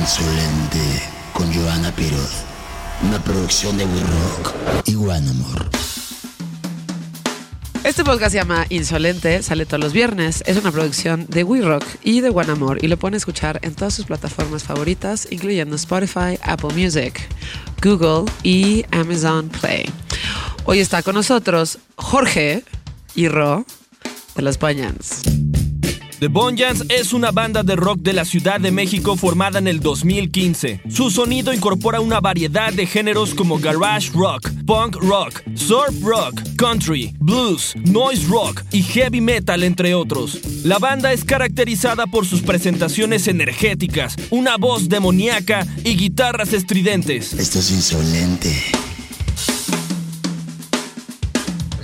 Insolente con Joana Piroz. Una producción de We Rock y One Amor. Este podcast se llama Insolente, sale todos los viernes. Es una producción de We Rock y de One Amor y lo pueden escuchar en todas sus plataformas favoritas, incluyendo Spotify, Apple Music, Google y Amazon Play. Hoy está con nosotros Jorge y Ro de los Banyans. The Bonjans es una banda de rock de la Ciudad de México formada en el 2015. Su sonido incorpora una variedad de géneros como garage rock, punk rock, surf rock, country, blues, noise rock y heavy metal entre otros. La banda es caracterizada por sus presentaciones energéticas, una voz demoníaca y guitarras estridentes. Esto es insolente.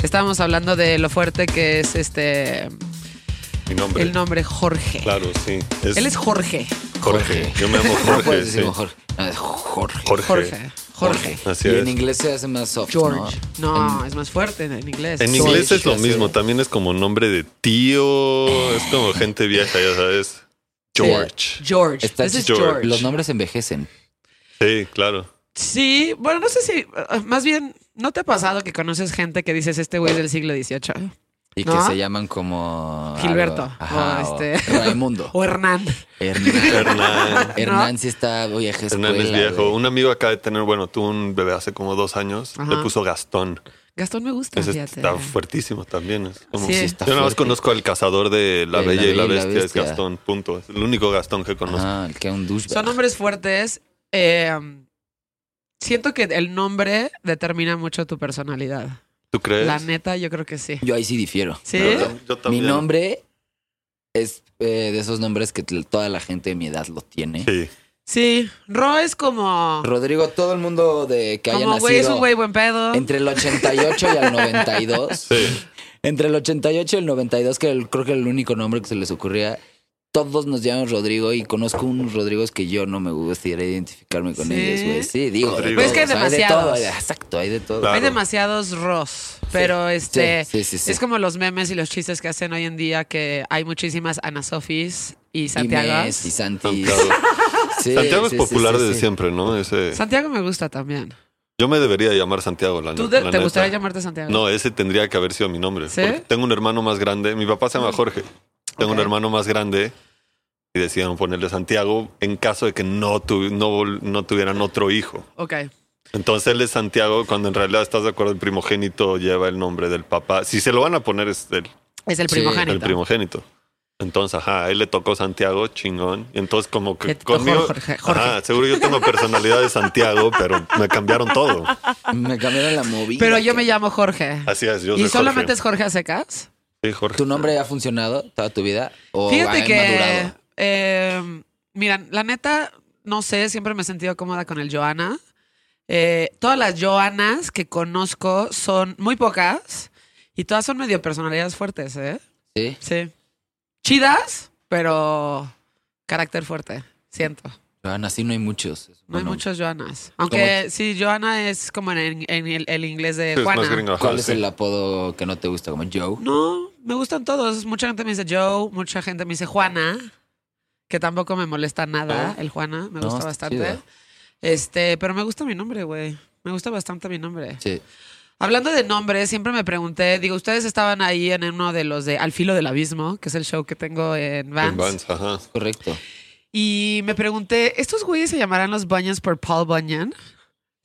Estábamos hablando de lo fuerte que es este Mi nombre. el nombre Jorge. Claro, sí. Es Él es Jorge. Jorge. Yo me llamo No Jorge. puedes sí. decir Jorge. No, es Jorge. Jorge. Jorge. Jorge. Así y es. en inglés se hace más soft. George. ¿no? No, es más fuerte en, en inglés. En Sí, inglés sí, es lo sí. mismo. También es como nombre de tío. Es como gente vieja, ya sabes. George. George. Está- This is George. George. Los nombres envejecen. Sí, claro. Sí, bueno, no sé si, uh, más bien, ¿no te ha pasado que conoces gente que dices este güey es del siglo XVIII? Y ¿No? que se llaman como. Gilberto, algo. Ajá, o o este- Raimundo. O Hernán. Hernán. Hernán. Hernán sí está vieja escuela. Hernán es viejo. güey. Un amigo acaba de tener, bueno, tuvo un bebé hace como dos años. Ajá. Le puso Gastón. Gastón me gusta, Ese fíjate. está fuertísimo también. Es como- Sí. Sí, está Yo nada más fuerte. conozco al cazador de La De Bella y la Bestia, es Bestia. Gastón, punto. Es el único Gastón que conozco. Ajá, el que es un douchebag. Son nombres fuertes. eh, siento que el nombre determina mucho tu personalidad. ¿Tú crees? La neta, yo creo que sí. Yo ahí sí difiero. ¿Sí? La verdad, Yo Mi también. nombre es eh, de esos nombres que t- toda la gente de mi edad lo tiene. Sí. Sí. Ro es como... Rodrigo, todo el mundo de que haya Como güey, es un nacido güey buen pedo. entre el 88 y el 92. Sí. Entre el 88 y el 92, que el- creo que era el único nombre que se les ocurría, todos nos llaman Rodrigo y conozco unos Rodrigos que yo no me gustaría identificarme con Sí. Pues ellos, güey. Sí, digo. de Rodrigo. Pero es que hay todos, hay de demasiados. todo, hay de- exacto, hay de todo. Claro. Hay demasiados Ros, pero este sí, sí, sí. es como los memes y los chistes que hacen hoy en día que hay muchísimas Ana Sofis y Y Santiago. Mes, y Santi. Santiago. Sí, Santiago es sí, sí, popular sí, sí. desde siempre, ¿no? Ese, Santiago me gusta también. yo me debería llamar Santiago, la ¿Tú ne- de- la te neta. gustaría llamarte Santiago? No, ese tendría que haber sido mi nombre. ¿Sí? Mm. porque Tengo un hermano más grande. Mi papá se llama Jorge. Tengo Ok. un hermano más grande y decidieron ponerle Santiago en caso de que no, tu- no, vol- no tuvieran otro hijo. Ok. Entonces él es Santiago, cuando en realidad estás de acuerdo, el primogénito lleva el nombre del papá. Si se lo van a poner, este, es el, Es el Sí, primogénito. el primogénito. Entonces, ajá, a él le tocó Santiago, chingón. Y entonces, como Le que tocó conmigo. Jorge, Jorge. Ajá, seguro yo tengo personalidad de Santiago, pero me cambiaron todo. Me cambiaron la movida. Pero yo me que- llamo Jorge. Así es, Ah, yo ¿Y soy solamente Jorge. es Jorge a secas? Sí, Jorge. ¿Tu nombre ha funcionado toda tu vida? Oh, ¿O Fíjate ha que, madurado? eh, mira, la neta, no sé, siempre me he sentido cómoda con el Joana. Eh, todas las Joanas que conozco son muy pocas y todas son medio personalidades fuertes, ¿eh? Sí. Sí. Chidas, pero carácter fuerte, siento. Joana, así no hay muchos. No hay muchos Joanas. Aunque sí, Joana es como en, en el, el inglés de Sí, es Juana. más gringo, ajá, ¿Cuál es sí. el apodo que no te gusta? Como Joe. No, me gustan todos. Mucha gente me dice Joe, mucha gente me dice Juana, que tampoco me molesta nada el Juana, me No, gusta está bastante. chido. Este, pero me gusta mi nombre, güey. Me gusta bastante mi nombre. Sí. Hablando de nombres, siempre me pregunté, digo, ustedes estaban ahí en uno de los de Al filo del abismo, que es el show que tengo en Vans. En Vans, ajá. Correcto. Y me pregunté, ¿estos güeyes se llamarán los Bunyans por Paul Bunyan?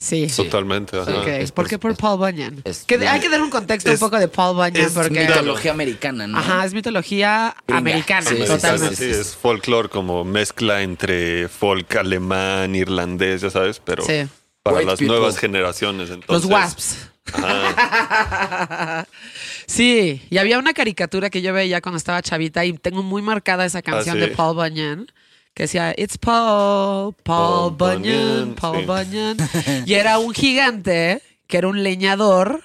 Sí. Totalmente, ajá. Ok, Ah, Es- ¿Por qué por es- Paul Bunyan? es- Que hay que dar un contexto es- un poco de Paul Bunyan es porque... Mitología americana, ¿no? Ajá, es mitología Gringa. americana, Sí, sí, sí, totalmente. Sí, es folklore como mezcla entre folk alemán, irlandés, ya sabes, pero Sí. para White las people. nuevas generaciones. Entonces, Los Wasps. Ajá, Sí, y había una caricatura que yo veía cuando estaba chavita y tengo muy marcada esa canción sí. de Paul Bunyan que decía It's Paul, Paul Paul Bunyan, Bunyan, Paul sí. Bunyan. Y era un gigante que era un leñador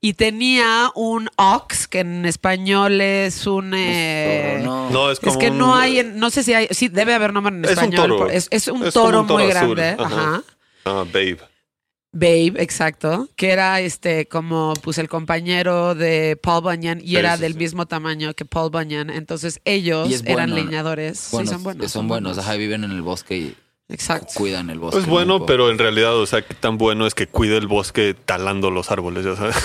y tenía un ox que en español es un eh, Toro, no. No, es como que un- no hay, en- no sé si hay, sí debe haber nombre en Es un español. toro. por- Es, es un Es como toro un toro muy azul, grande, ajá. ajá. ah, babe. Babe, exacto, que era este como pues el compañero de Paul Bunyan y Sí, era sí, del sí. mismo tamaño que Paul Bunyan, entonces ellos Y es eh, eran bueno, ¿no? leñadores, sí son buenos. Son buenos. Ajá, viven en el bosque y Exacto. cuidan el bosque. Es bueno, ¿no? pero en realidad, o sea, qué tan bueno es que cuide el bosque talando los árboles, ya sabes.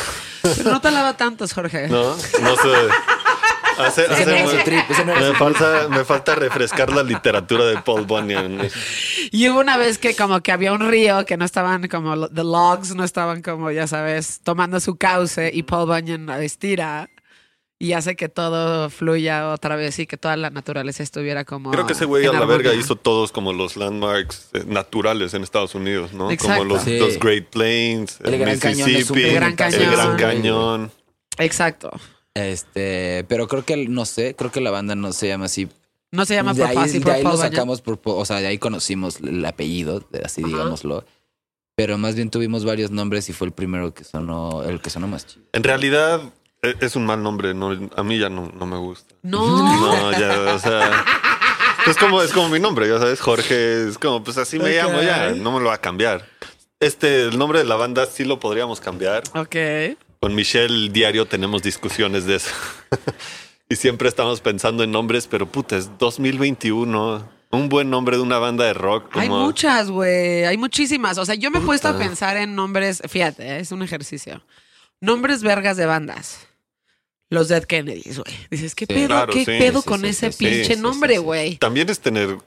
Pero no talaba tantos, Jorge. No, no sé. Hace- Ese no hace- era su trip, ese no era me, falta, me falta refrescar la literatura de Paul Bunyan. Y hubo una vez que como que había un río que no estaban como lo- the logs, no estaban como, ya sabes, tomando su cauce y Paul Bunyan la estira y hace que todo fluya otra vez y que toda la naturaleza estuviera como... Creo que ese güey a en la armonía. verga hizo todos como los landmarks eh, naturales en Estados Unidos, ¿no? Exacto. Como los, Sí. los Great Plains, el, El Gran Cañón es un Mississippi, El Gran el Gran Cañón. Cañón. Exacto. Este, pero creo que, no sé, creo que la banda no se llama así. No se llama de por ahí, fácil de por ahí lo Paul Bunyan. sacamos por, po- o sea, de ahí conocimos el apellido, de- así Ajá. digámoslo. Pero más bien tuvimos varios nombres y fue el primero que sonó, el que sonó más chido. En realidad e- es un mal nombre, no, a mí ya no, no me gusta. No. No, ya, o sea. Es como, es como mi nombre, ya sabes, Jorge. Es como, pues así me llamo ya, no me lo va a cambiar. Este, el nombre de la banda sí lo podríamos cambiar. Ok. Con Michelle diario tenemos discusiones de eso. y siempre estamos pensando en nombres, pero puta, es 2021. Un buen nombre de una banda de rock. Como, Hay muchas, güey. Hay muchísimas. O sea, yo me he puesto a pensar en nombres. Fíjate, eh, es un ejercicio. Nombres vergas de bandas. Los Dead Kennedys, güey. Dices, ¿qué Sí, pedo, claro, qué sí, pedo sí, con sí, ese sí, sí, pinche sí, sí, nombre, sí. güey? También es tener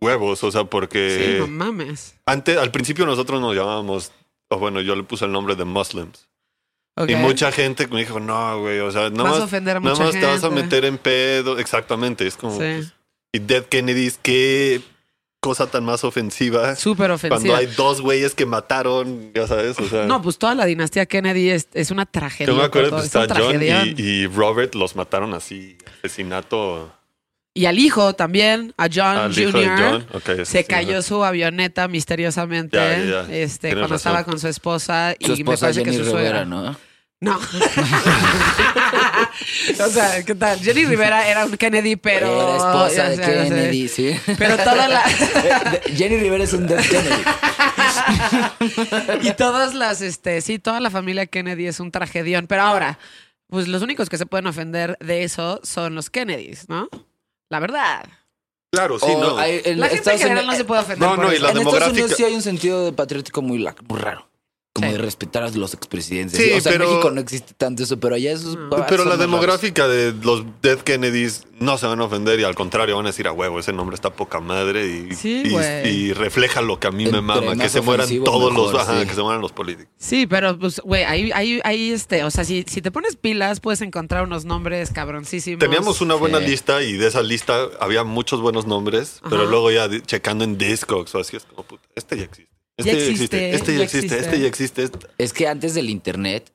huevos, o sea, porque Sí, no mames. antes, al principio nosotros nos llamábamos, o bueno, yo le puse el nombre de Muslims. Ok. Y mucha gente me dijo, no, güey, o sea, nada Vas a más, ofender a nada mucha más te vas a gente. meter en pedo. Exactamente, es como... Sí. Y Dead Kennedys, qué cosa tan más ofensiva. Súper pues, Cuando ofensiva. hay dos güeyes que mataron, ya sabes, o sea... No, pues toda la dinastía Kennedy es, es una tragedia. Yo me acuerdo por que todo. Es un está John tragedión. y, y Robert los mataron así, asesinato Y al hijo también, a John al hijo de Jr. John. Ok, Se asesinato. cayó su avioneta misteriosamente Ya, ya, ya. Este, Tienes cuando razón. estaba con su esposa y Su me esposa parece Jenny que su suegra. Rivera, ¿no? No. o sea, ¿qué tal? Jenny Rivera era un Kennedy, pero. Era ya esposa de sé, ya sé. Kennedy, sí. Pero toda la. Eh, de- Jenny Rivera es un Dead Kennedy. y todas las, este, sí, toda la familia Kennedy es un tragedión. Pero ahora, pues los únicos que se pueden ofender de eso son los Kennedys, ¿no? La verdad. Claro, sí, O no. hay- en La gente en Estados general Unidos- no se puede ofender. No, por no, y eso. la en Estados demográfica- Unidos sí hay un sentido de patriótico muy, la- muy raro. Como Sí. de respetar a los expresidentes. Sí, o sea, pero- en México no existe tanto eso, pero allá eso Mm. Pero la demográfica de los Dead Kennedys no se van a ofender y al contrario van a decir a huevo, ese nombre está poca madre y, Sí, y- güey. y refleja lo que a mí me Entre mama, que más se mueran ofensivo, todos los, mejor, ajá, sí. que se mueran los políticos. Sí, pero pues, güey, ahí, ahí, ahí, este, o sea, si, si te pones pilas, puedes encontrar unos nombres cabroncísimos. Teníamos una buena Sí. lista y de esa lista había muchos buenos nombres, Ajá. pero luego ya di- checando en Discogs o así es como, puta, este ya existe. Este ya existe, este ya existe, este ya existe. este- Es que antes del internet,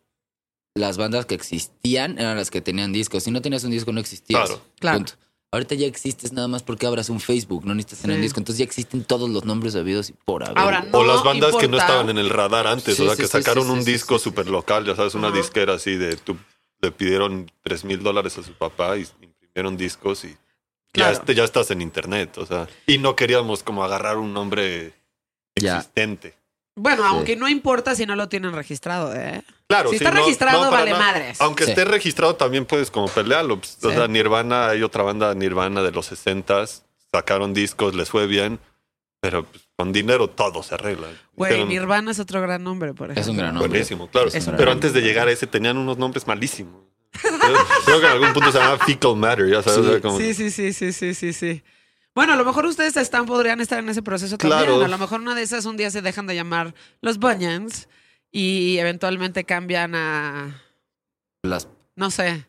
las bandas que existían eran las que tenían discos. Si no tenías un disco, no existías. Claro. Claro. Punto. Ahorita ya existes nada más porque abras un Facebook, no necesitas tener Sí. un disco. Entonces ya existen todos los nombres habidos y por haber. Ahora, o las No bandas que no importa. estaban en el radar antes, Sí, o sea, sí, que sí, sacaron sí, sí, un sí, disco sí, sí. súper local, ya sabes, una Ajá. disquera así de tú le pidieron tres mil dólares a su papá y imprimieron discos y Claro. ya, este- ya estás en internet, o sea, y no queríamos como agarrar un nombre Ya. existente. Bueno, Sí. aunque no importa si no lo tienen registrado, ¿eh? Claro, Si sí, está registrado, para vale nada. madres. Aunque Sí. esté registrado, también puedes como pelearlo. pues, O Sí. sea, Nirvana, hay otra banda Nirvana de los 60 sacaron discos, les fue bien, pero pues, con dinero todo se arregla. Güey, Dijeron, Nirvana es otro gran nombre, por ejemplo. Es un gran nombre. Buenísimo, claro. Es un pero gran antes de llegar a ese tenían unos nombres malísimos. Creo- Creo que en algún punto se llamaba Fecal Matter, ya sabes. Sí. o sea, como- Sí, sí, sí, sí, sí, sí, sí. Bueno, a lo mejor ustedes están, podrían estar en ese proceso Claro. también. A lo mejor una de esas un día se dejan de llamar los Bunyans y eventualmente cambian a, Las- no sé.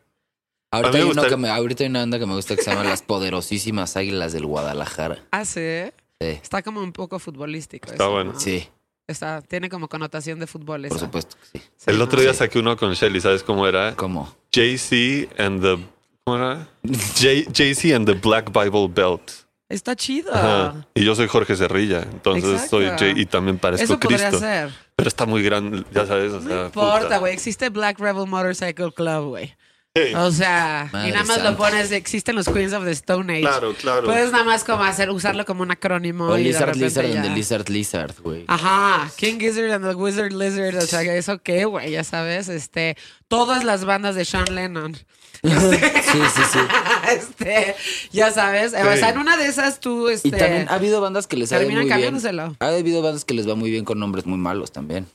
A mí ahorita, me hay uno gusta- que me- ahorita hay una banda que me gusta que se llama Las Poderosísimas Águilas del Guadalajara. Hace. Sí. Está como un poco futbolístico. Está eso, bueno. ¿no? Sí, Está, tiene como connotación de fútbol. por Ah, esa. supuesto que sí. Sí, El ¿no? otro día Sí. saqué uno con Shelly, ¿sabes cómo era? ¿Cómo? JC and the. ¿Cómo era? J- JC and the Black Bible Belt. Está chido. Ajá. Y yo soy Jorge Cerrilla, entonces Ah. Exacto. soy J y también parezco Eso podría Cristo. ser. Pero está muy grande, ya sabes. O sea, No importa, puta. güey. Existe Black Rebel Motorcycle Club, güey. Sí. O sea, y Madre nada más lo santa. pones, existen los Queens of the Stone Age. Claro, claro. Puedes nada más como hacer, usarlo como un acrónimo. O y de Lizard repente Lizard ya. Ah, and the Lizard Lizard, güey. Ajá, King Gizzard and the Wizard Lizard, o sea, ¿eso qué, güey? Ya sabes, este, todas las bandas de Sean Lennon. sí, sí, sí. este, ya sabes, eh, o sea, en una de esas tú, este, Y también ha habido bandas que les ha ido terminan muy bien. cambiándoselo. Ha habido bandas que les va muy bien con nombres muy malos también,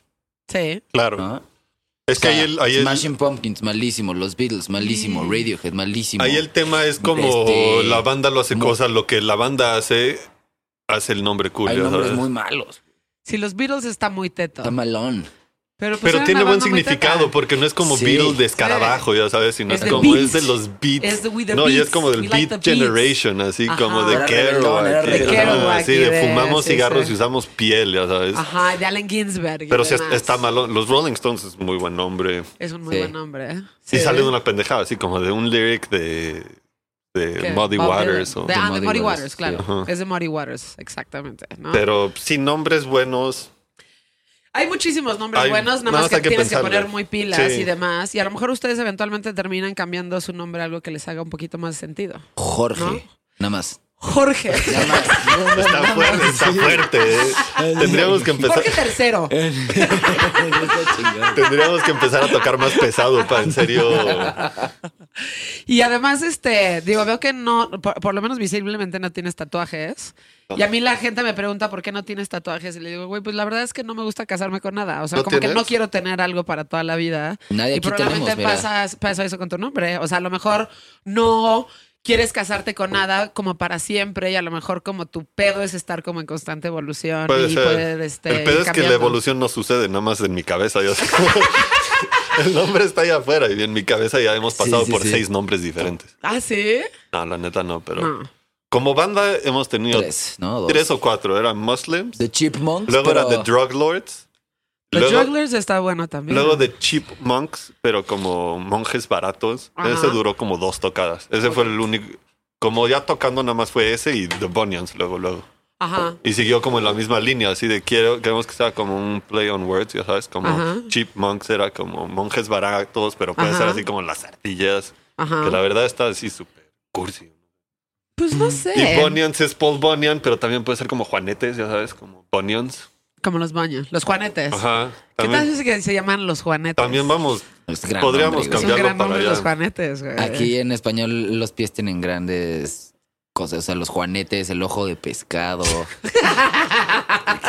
Sí. Claro. ¿no? Es que O sea, ahí el, ahí el- Smashing Pumpkins, malísimo. Los Beatles, malísimo. Radiohead, malísimo. ahí el tema es como Este, la banda lo hace mu- cosas, lo que la banda hace, hace el nombre cool. Hay ya nombres sabes. muy malos. Si los Beatles está muy teto. Está malón. Pero, pues, Pero era tiene una buen banda muy teta. significado porque no es como Sí. Beatles de escarabajo, ya sabes, sino Es es, de como beats. es de los beats. Es de with the no, y es beats. como del We like Beat the beats. Generation, así Ajá. como de Era Kerouac. reggaetón, era ajá, reggaetón. así de Kerouac y de- fumamos sí, cigarros sí. y usamos piel, ya sabes. Ajá, de Allen Ginsberg. y Pero sí demás. está malo. Los Rolling Stones es muy buen nombre. Es un muy Sí. buen nombre. ¿eh? Y sale de una pendejada, así como de un lyric de, de Que- Muddy Bob Dylan. Waters. o- De, ah, de Muddy Muddy Waters, Waters, claro. sí. Ajá. Es de Muddy Waters, exactamente. ¿no? Pero sin nombres buenos. Hay muchísimos nombres Hay- buenos, nada nada más más que, hay que tienes que pensarle. poner muy pilas Sí. y demás. Y a lo mejor ustedes eventualmente terminan cambiando su nombre a algo que les haga un poquito más sentido. Jorge. ¿No? Nada más. Jorge. Nada más. No, no, Está nada fuerte, más. está fuerte. eh. Tendríamos que empezar. Jorge tercero. Está chingón. Tendríamos que empezar a tocar más pesado para en serio. Y además, este, digo, veo que no, por, por lo menos visiblemente no tienes tatuajes. Y a mí la gente me pregunta por qué no tienes tatuajes. Y le digo, güey, pues la verdad es que no me gusta casarme con nada. O sea, ¿No como que tienes? no quiero tener algo para toda la vida. Nadie y aquí probablemente tenemos, mira. pasas, pasa eso con tu nombre. O sea, a lo mejor no quieres casarte con nada como para siempre. Y a lo mejor como tu pedo es estar como en constante evolución. Puede y ser. poder, este, el ir pedo es que la cambiando. evolución no sucede, nada más en mi cabeza. ya sé. el nombre está allá afuera y en mi cabeza ya hemos Sí, pasado sí, por sí. seis nombres diferentes. Ah, sí. No, la neta no, pero No. como banda hemos tenido tres, Tres, ¿no? Dos. o cuatro. Eran Muslims, The Chipmunks. luego pero- era The Drug Lords, The luego, Jugglers está bueno también. luego The Cheap Monks, pero como monjes baratos. Ajá. Ese duró como dos tocadas. Ese fue el único. Como ya tocando nada más fue ese y The Bunions luego, luego. Ajá. Y siguió como en la misma línea, así de quiero, queremos que sea como un play on words, ya sabes, como Ajá. chipmunks era como monjes baratos, pero puede Ajá. Ah. ser así como las ardillas, Ajá. que la verdad está así súper cursi. Pues no sé. Y Bonians es Paul Bonian, pero también puede ser como Juanetes, ya sabes, como Bonians. Como los baños, los juanetes. Ajá. ¿Qué tal También, si que se llaman los juanetes? también vamos, Es gran podríamos nombre, Es un güey. cambiarlo gran para nombre los allá. juanetes, güey. Aquí en español los pies tienen grandes cosas. O sea, los juanetes, el ojo de pescado.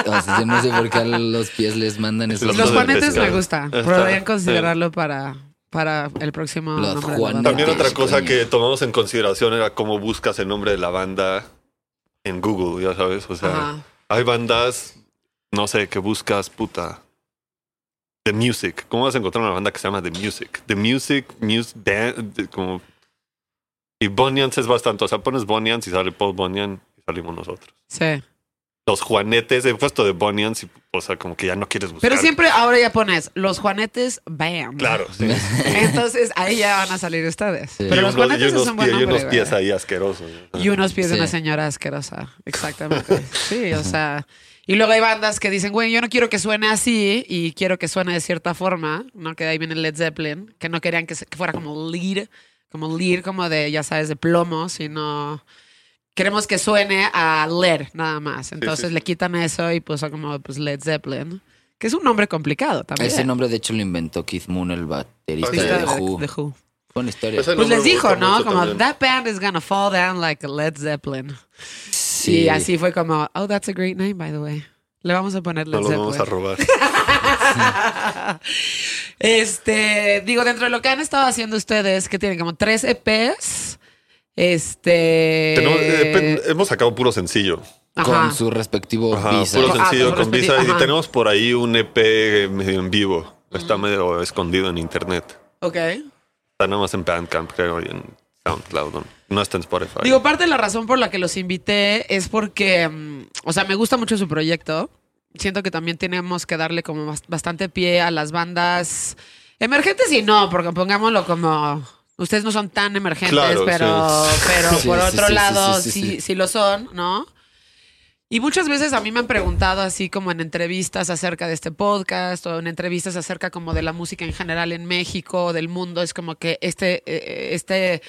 o sea, yo no sé por qué a los pies les mandan esos. Los Los del juanetes pescado. me gusta. Está- Podrían considerarlo para, para el próximo Los nombre de la juanetes. banda. También otra Juanetes, cosa coño. que tomamos en consideración era cómo buscas el nombre de la banda en Google, ya sabes, o sea. Ajá. Hay bandas, no sé, que buscas, puta. The Music. ¿Cómo vas a encontrar una banda que se llama The Music? The Music, Music, como... Y Bonians es bastante. O sea, pones Bonians y sale Paul Bonian y salimos nosotros. Sí. Pues Los Juanetes, he puesto de Bonians y, o sea, como que ya no quieres buscar. Pero siempre ahora ya pones los juanetes bam. Claro, sí. Entonces ahí ya van a salir ustedes. Sí. Pero Y los uno- y juanetes unos es un buen pie- y nombre. unos güey. pies ahí asquerosos. Y unos pies de Sí. una señora asquerosa. Exactamente. Sí, o sea. Y luego hay bandas que dicen, güey, yo no quiero que suene así y quiero que suene de cierta forma, ¿no? Que de ahí viene Led Zeppelin, que no querían que, se- que fuera como lead, como lead, como de, ya sabes, de plomo, sino queremos que suene a lead nada más. Entonces sí. le quitan eso y puso como pues Led Zeppelin, que es un nombre complicado también. Ese nombre, de hecho, lo inventó Keith Moon, el baterista Sí, de Está The de- Who. de Who. Buena historia. Ese Pues nombre les Este me dijo, gusta ¿no? mucho Como, también. that band is gonna fall down like Led Zeppelin. Sí. Y así fue como, oh, that's a great name, by the way. Le vamos a poner Led No lo Zeppelin. vamos a robar. este, digo, dentro de lo que han estado haciendo ustedes, que tienen como tres EPs, este... Tenemos- eh, pen- hemos sacado puro sencillo. Ajá. Con su respectivo Ajá, pues visa. puro Ah, sencillo puro con sencillo, Visa. ajá. Y tenemos por ahí un EP medio en vivo. Está Mm. medio escondido en internet. Ok. Está nada más en Bandcamp, creo, y en SoundCloud. No, No está en Spotify. Digo, parte de la razón por la que los invité es porque, mm, o sea, me gusta mucho su proyecto. Siento que también tenemos que darle como bas- bastante pie a las bandas emergentes y no, porque pongámoslo como... Ustedes no son tan emergentes, Claro, pero, sí. pero Sí, por sí, otro sí, sí, lado sí, sí, sí, sí. sí lo son, ¿no? Y muchas veces a mí me han preguntado así como en entrevistas acerca de este podcast o en entrevistas acerca como de la música en general en México, del mundo, es como que este, eh, este,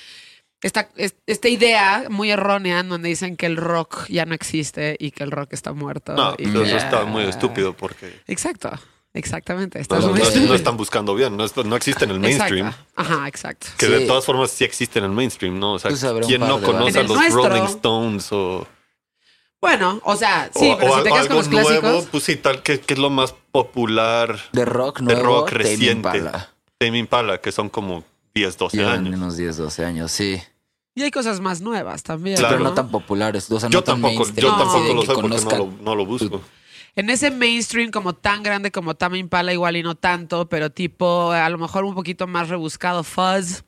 esta, es- esta idea muy errónea en donde dicen que el rock oh, ya no existe y que el rock está muerto. no, pues y pero que- eso está muy estúpido porque Exacto. exactamente. No, Estás no, muy- no- no están buscando bien, no, está- no existe en el mainstream. Exacto. Ajá, exacto. Que Sí. de todas formas sí existe en el mainstream, ¿no? O sea, Tú sabrás un ¿quién par no de bandas. conoce a En el los nuestro. Rolling Stones o, Bueno, o sea, sí, o- pero o si te quedas a- con algo los clásicos. nuevo? Pues sí, tal, que, que es lo más popular De rock de nuevo. rock Tame reciente. Impala. Tame Impala, que son como 10, 12 Llevan años. unos 10, 12 años, sí. Y hay cosas más nuevas también. Claro. Pero ¿no? no tan populares. O sea, Yo no tan tampoco, mainstream, yo así tampoco de lo que sé porque no conozcan. lo, no lo busco. En ese mainstream como tan grande como Tame Impala, igual y no tanto, pero tipo a lo mejor un poquito más rebuscado Fuzz,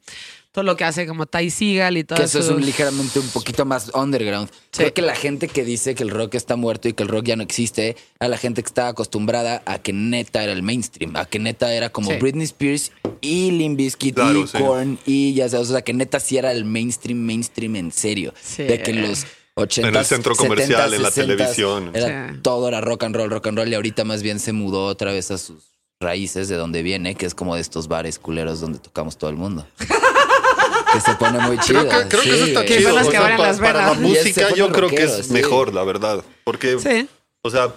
todo lo que hace como Ty Seagal y todo Que eso es sus- un ligeramente un poquito más underground. Creo que la gente que dice que el rock está muerto y que el rock ya no existe, a la gente que está acostumbrada a que neta era el mainstream, a que neta era como Sí. Britney Spears y Limp Bizkit Claro, y sí. Korn y ya sabes, o sea, que neta sí era el mainstream, mainstream en serio. Sí. De que en los 80 En el centro comercial, en la televisión. Era Sí. todo era rock and roll, rock and roll y ahorita más bien se mudó otra vez a sus raíces de donde viene, que es como de estos bares culeros donde tocamos todo el mundo. que se pone muy chido. Creo que, creo que eso está güey. Que chido. son las o que sea, abren pa- las para la venas. Y ese música fue yo el creo que rockero, es sí. mejor, la verdad. Porque, Sí. o sea,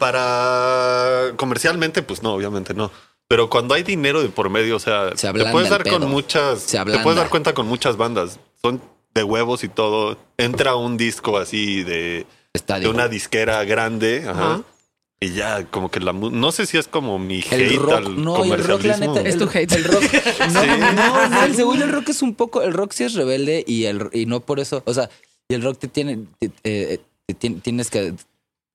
para comercialmente, pues no, obviamente no. Pero cuando hay dinero de por medio, o sea, Se te ablanda puedes el dar pedo. con muchas, Se te ablanda. puedes dar cuenta con muchas bandas. Son de huevos y todo. Entra un disco así de, de Estadio. una disquera grande. ajá, Ajá. Y ya, como que la mu- no sé si es como mi hate El rock, al no, y el rock, la comercialismo. neta. Es el- tu hate. El rock. No, Sí. no, no, el según yo, el rock es un poco. El rock sí es rebelde y, el, y no por eso. O sea, y el rock te tiene. te- eh, te tien- tienes que,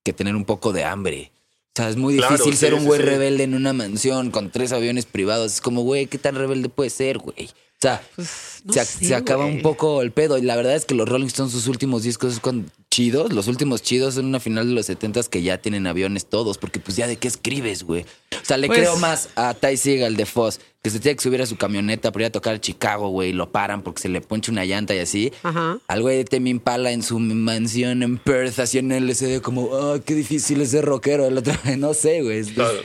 que tener un poco de hambre. O sea, es muy Claro, difícil sí, ser un sí, güey sí. rebelde en una mansión con tres aviones privados. Es como, güey, ¿qué tan rebelde puede ser, güey? O sea, Pues, no se, ac- sé, se acaba güey. un poco el pedo. Y la verdad es que los Rolling Stones, sus últimos discos son chidos. Los últimos chidos son una final de los 70 que ya tienen aviones todos, porque pues ya de qué escribes, güey. O sea, le Pues- creo más a Ty Seagal de Foz, que se tiene que subir a su camioneta para ir a tocar a Chicago, güey, y lo paran porque se le ponche una llanta y así. Ajá. Al güey de Tame Impala en su mansión en Perth, así en el SD, como, ah, qué difícil es ser rockero. El otro, no sé, güey. Es- Claro.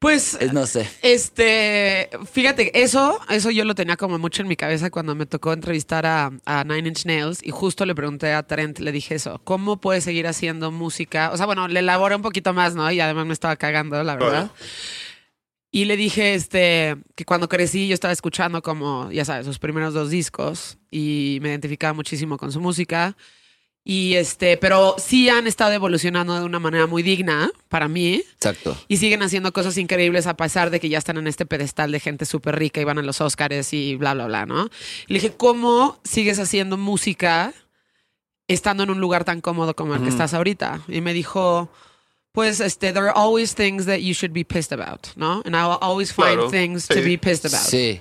Pues es- no sé. Este, fíjate, eso, eso yo lo tenía como mucho en mi cabeza cuando me tocó entrevistar a, a Nine Inch Nails y justo le pregunté a Trent, le dije eso, ¿cómo puedes seguir haciendo música? O sea, bueno, le elaboré un poquito más, ¿no? Y además me estaba cagando, la Claro. verdad. Y le dije, este, que cuando crecí yo estaba escuchando como, ya sabes, sus primeros dos discos y me identificaba muchísimo con su música. Y este, pero sí han estado evolucionando de una manera muy digna para mí Exacto. y siguen haciendo cosas increíbles a pesar de que ya están en este pedestal de gente súper rica y van a los Oscars y bla, bla, bla, ¿no? Y le dije, ¿cómo sigues haciendo música estando en un lugar tan cómodo como el que estás ahorita? Y me dijo, pues, este, there are always things that you should be pissed about, ¿no? And I will always find Claro. things to Sí. be pissed about. Sí.